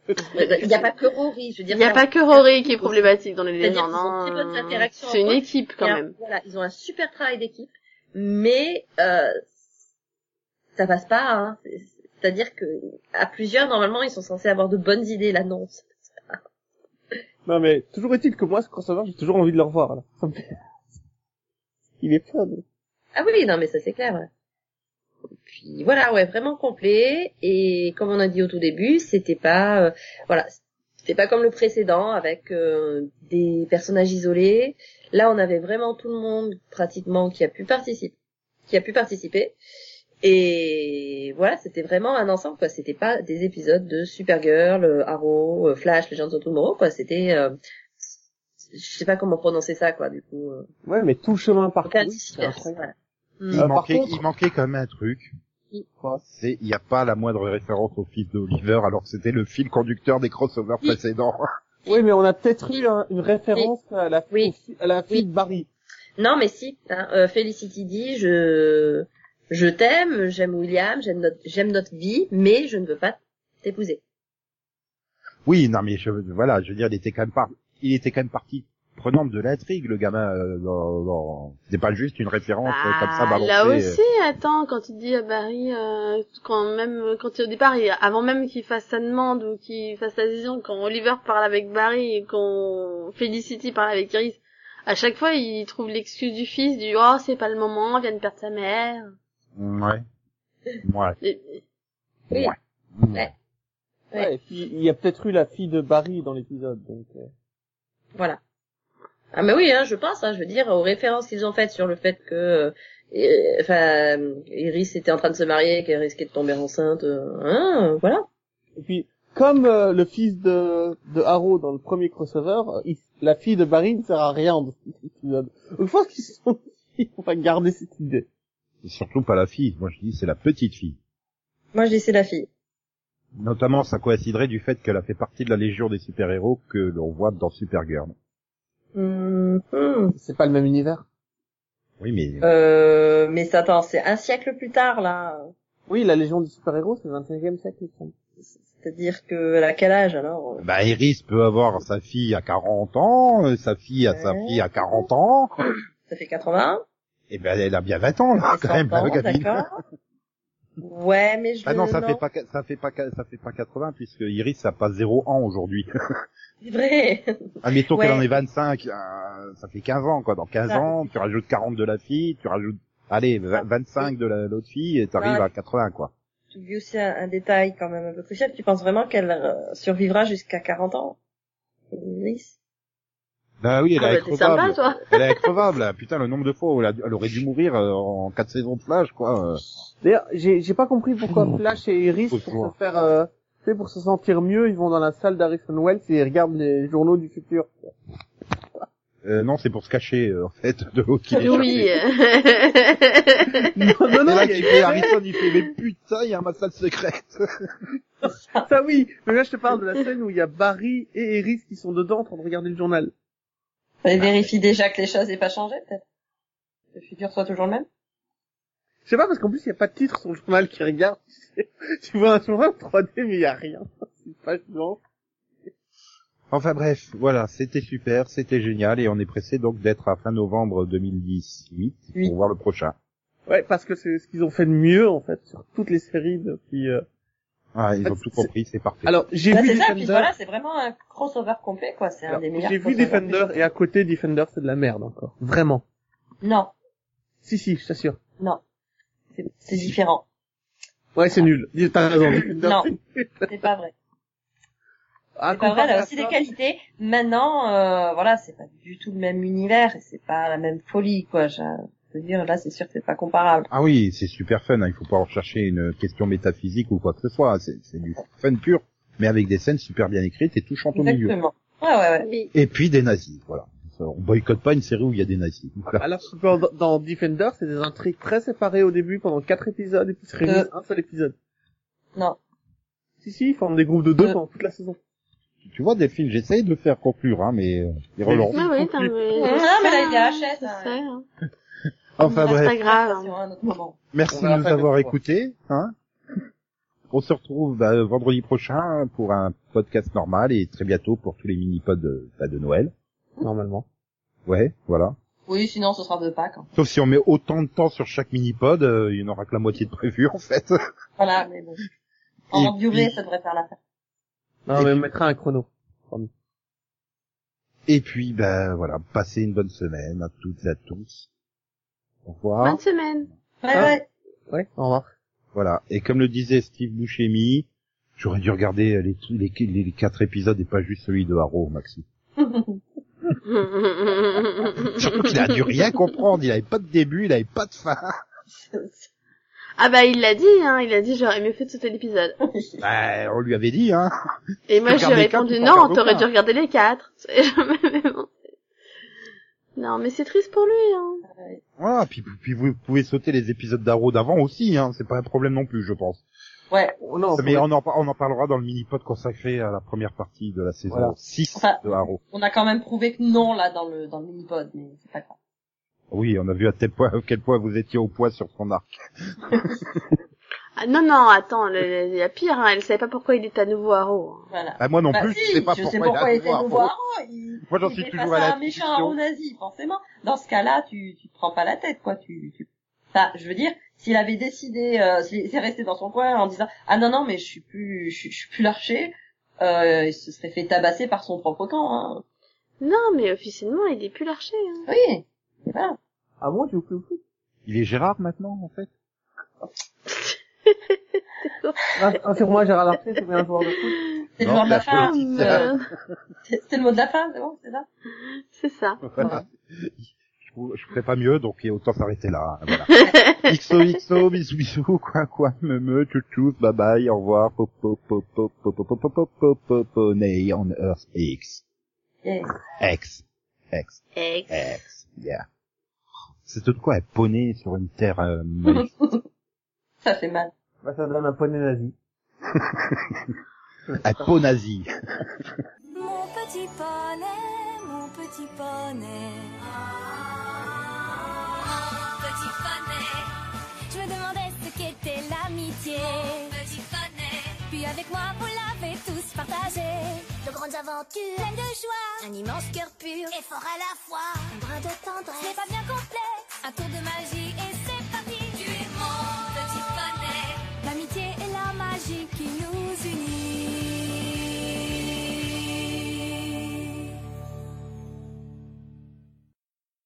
Il n'y a pas que Rory, je veux dire.
Il n'y a
c'est
pas
un-
que Rory qui est problématique dans les
C'est-à-dire
légendes.
qu'ils ont très bonnes
hein.
interactions
C'est une
entre eux.
équipe, quand
il y a-
même.
Voilà, ils ont un super travail d'équipe, mais euh, ça passe pas. Hein. C'est- C'est-à-dire que à plusieurs, normalement, ils sont censés avoir de bonnes idées. Là, non.
Non, mais toujours est-il que moi, ce crossover, j'ai toujours envie de le revoir, là. Ça me fait- Il est plein de...
Ah oui, non, mais ça c'est clair. ouais. Et Puis voilà, ouais, vraiment complet. Et comme on a dit au tout début, c'était pas, euh, voilà, c'était pas comme le précédent avec euh, des personnages isolés. Là, on avait vraiment tout le monde pratiquement qui a pu participer, qui a pu participer. Et voilà, c'était vraiment un ensemble, quoi. C'était pas des épisodes de Supergirl, euh, Arrow, euh, Flash, Legends of Tomorrow, quoi. C'était, euh, je sais pas comment prononcer ça, quoi. Du coup, euh,
Ouais, mais tout le chemin
aucun
parcouru, c'est
disperse,
incroyable.
voilà.
Il,
Euh, par
manquait,
contre-
il manquait quand même un truc.
Quoi
C'est, il n'y a pas la moindre référence au fils d'Oliver, alors que c'était le fil conducteur des crossovers
Oui.
précédents.
Oui, mais on a peut-être eu hein, une référence à la,
Oui.
à la fille
Oui.
de Barry.
Non, mais si. hein, euh, Felicity dit, je, je t'aime, j'aime William, j'aime notre, j'aime notre vie, mais je ne veux pas t'épouser.
Oui, non, mais je, voilà, je veux dire, il était quand même par, il était quand même partie prenante de l'intrigue, le gamin, euh, dans, dans- c'était pas juste une référence euh, comme ça
Bah,
balancée.
là aussi, attends, quand il dit à Barry, euh, quand même, quand il, au départ, il- avant même qu'il fasse sa demande ou qu'il fasse sa décision, quand Oliver parle avec Barry et quand Felicity parle avec Iris, à chaque fois, il trouve l'excuse du fils du oh c'est pas le moment, vient de perdre sa mère.
Ouais. Ouais.
Et-
Oui.
Ouais.
Ouais. Ouais.
Ouais, et puis, il y a peut-être eu la fille de Barry dans l'épisode, donc... euh,
Voilà. Ah mais oui, hein, je pense. Hein, je veux dire aux références qu'ils ont faites sur le fait que, euh, euh, enfin, Iris était en train de se marier, et qu'elle risquait de tomber enceinte. euh, hein, voilà.
Et puis, comme euh, le fils de, de Harrow dans le premier crossover, euh, il- la fille de Barry ne sert à rien dans cet épisode. Une fois qu'ils sont dit, on va garder cette idée.
Et surtout pas la fille. Moi, je dis, c'est la petite fille.
Moi, je dis c'est la fille.
Notamment, ça coïnciderait du fait qu'elle a fait partie de la légion des super-héros que l'on voit dans Supergirl.
Hum, hum.
C'est pas le même univers.
Oui, mais
Euh, mais attends, c'est un siècle plus tard là.
Oui, la Légion du super-héros, c'est le 25e siècle, il me semble.
C'est-à-dire que elle a quel âge alors
bah, Iris peut avoir sa fille à 40 ans, euh, sa fille à sa
Ouais.
fille à 40 ans.
Ça fait 81.
Et ben, elle a bien 20 ans là,
Elle
quand même,
s'entend,
la gamine.
d'accord. Ouais, mais je
Ah non, ça
non.
fait pas qua- ça fait pas qua- ça fait pas 80 puisque Iris ça passe 0 ans aujourd'hui.
C'est vrai.
Admettons
Ouais.
qu'elle en est 25, euh, ça fait 15 ans quoi. Dans 15
Ça.
ans, tu rajoutes 40 de la fille, tu rajoutes allez
Ah,
20 25 de la- l'autre fille et t'arrives
Ouais.
à 80 quoi.
Tu oublies aussi un, un détail quand même un peu crucial. Tu penses vraiment qu'elle euh, survivra jusqu'à 40 ans Nice.
Bah oui, elle
Ah,
est
bah, t'es sympa,
increvable.
toi.
elle est increvable. hein. Putain, le nombre de fois où elle, a- elle aurait dû mourir euh, en 4 saisons de Flash quoi. euh.
D'ailleurs, j'ai j'ai pas compris pourquoi Flash et Iris,
Faut
pour
se voir.
se faire... euh, tu sais, pour se sentir mieux, ils vont dans la salle d'Harrison Wells et ils regardent les journaux du futur.
Euh, non, c'est pour se cacher euh, en fait de l'autre qui est
Oui.
non, non,
Et
non,
là,
il y a-
tu fais Harrison, il fait, mais putain, il y a ma salle secrète.
ça oui Mais là, je te parle de la scène où il y a Barry et Iris qui sont dedans en train de regarder le journal.
Elle vérifie déjà que les choses n'aient pas changé peut-être. Le futur soit toujours le même.
Je sais pas, parce qu'en plus, il n'y a pas de titre sur le journal qui regarde. tu vois un journal 3D, mais il n'y a rien. C'est pas blanche.
Enfin bref, voilà, c'était super, c'était génial et on est pressé donc d'être à fin novembre 2018
Oui.
pour voir le prochain.
Ouais, parce que c'est ce qu'ils ont fait de mieux, en fait, sur toutes les séries depuis... euh.
Ah, ils ont
C'est-
tout compris, c'est parfait.
Alors, j'ai
Bah,
vu
c'est ça. Puis
Defender...
voilà, c'est vraiment un crossover complet quoi. C'est un
Alors,
des meilleurs.
J'ai vu
crossovers.
Defender, et à côté, Defender, c'est de la merde, encore. Vraiment.
Non,
Si, si, je t'assure.
non. C'est- C'est différent.
Ouais, c'est nul. Dis- T'as raison, Defender,
Non.
c'est nul.
C'est pas vrai. C'est pas vrai, elle a aussi des qualités. Maintenant, euh, voilà, c'est pas du tout le même univers et c'est pas la même folie, quoi. Je je veux dire, là, c'est sûr que c'est pas comparable.
Ah oui, c'est super fun. Hein. Il faut pas rechercher une question métaphysique ou quoi que ce soit. hein. C'est c'est du fun pur, mais avec des scènes super bien écrites et touchantes au milieu.
Exactement. Ouais, ouais, ouais.
Mais
Et puis des nazis, voilà. On boycotte pas une série où il y a des nazis. Voilà.
Alors que dans, dans Defender, c'est des intrigues très séparées au début pendant quatre épisodes et puis se réunissent un seul épisode.
Euh. Non.
Si, si, ils forment des groupes de deux
Euh.
pendant toute la saison.
Tu vois, Delphine, j'essaye de le faire conclure, hein, mais euh, il relance.
Ah oui, t'as mais...
Non, mais là, il y a HS,
C'est
hein.
ça, hein.
Enfin
C'est
bref,
pas grave. hein.
Attention, hein, notre moment.
merci
On
de
va
nous
faire
avoir
une fois.
écoutés. Hein on se retrouve bah, vendredi prochain pour un podcast normal et très bientôt pour tous les mini-pods euh, bah, de Noël.
Normalement.
Ouais, voilà.
Oui, sinon, ce sera de Pâques. hein.
Sauf si on met autant de temps sur chaque mini-pod, euh, il n'y en aura que la moitié de prévu en fait.
Voilà, mais bon.
Et
En durée,
puis-
ça devrait faire l'affaire.
Non,
Et
mais on
puis-
mettra un chrono.
Et puis, bah, voilà, passez une bonne semaine à toutes et à tous. Au revoir.
Bonne semaine.
Hein
Ouais,
Ah.
ouais.
Ouais, au revoir.
Voilà. Et comme le disait Steve Buscemi, j'aurais dû regarder euh, les, les, les, les quatre épisodes et pas juste celui de Haro, Maxi. Surtout qu'il a dû rien comprendre. Il avait pas de début, il avait pas de fin.
ah bah il l'a dit, hein. Il a dit j'aurais mieux fait de sauter l'épisode.
Bah, on lui avait dit, hein.
Et moi j'ai
regardes les quatre,
répondu
tu t'en
non,
gardes
t'aurais
aucun.
dû regarder les quatre. Mais bon, c'est- non mais c'est triste pour lui. Hein.
Voilà. Puis, puis vous pouvez sauter les épisodes d'Haro d'avant aussi, hein. C'est pas un problème non plus, je pense.
Ouais.
Oh, non,
Mais
on-
on en, par- on en parlera dans le mini-pod consacré à la première partie de la saison
Voilà.
6
Enfin-
de Haro.
On a quand même prouvé que non, là, dans le, dans le mini-pod, mais c'est pas grave.
Oui, on a vu à tel point, à quel point vous étiez au poids sur son arc.
Ah, non non attends, le- le- il y a pire. Hein. Elle savait pas pourquoi il était à nouveau à Raw.
Voilà.
Ah, moi non
Bah
plus,
si,
je sais pas
je
pourquoi,
sais pourquoi
il
il
a
était
à
nous voir. Il,
Moi, j'en
il
suis
fait
toujours
face
à la
un méchant
discussion.
un nazi, forcément. Dans ce cas-là, tu, tu te prends pas la tête, quoi. Tu, tu... Enfin, je veux dire, s'il avait décidé, euh, s'il s'est resté dans son coin en disant ah non non mais je suis plus, je, suis- je suis plus lâché, euh, il se serait fait tabasser par son propre camp. Hein.
Non mais officiellement il est plus l'archer. Hein.
Oui. Et voilà.
Ah bon, tu vous plaît ou plus
Il est Gérard maintenant, en fait
Ah, ah, c'est moi, Gérard Larcher, c'est bien un joueur de foot.
C'est le
Non,
mot de
la
la fin.
politique,
euh,
Euh,
C'est c'est le mot de la fin, c'est bon, c'est ça.
c'est ça.
Voilà. Je vous- je ferai pas mieux, donc autant s'arrêter là. hein, Voilà. XOXO, bisous bisous, coin coin, me me, tchou tchou, bye bye, au revoir, pop pop pop pop pop pop pop pop pop pop pop, nay on Earth X.
Et-
X. X.
Ex.
X. Yeah. C'est de quoi un poney sur une terre euh, maïs.
ça fait mal.
Bah, ça donne un poney nazi.
un pot nazi.
Mon petit poney, mon petit poney. Mon petit poney. Je me demandais ce qu'était l'amitié. petit poney. Puis avec moi, vous l'avez tous partagé.
de grandes aventures,
Plein de joie,
un immense cœur pur et fort à la fois, un brin de tendresse,
mais pas bien complet.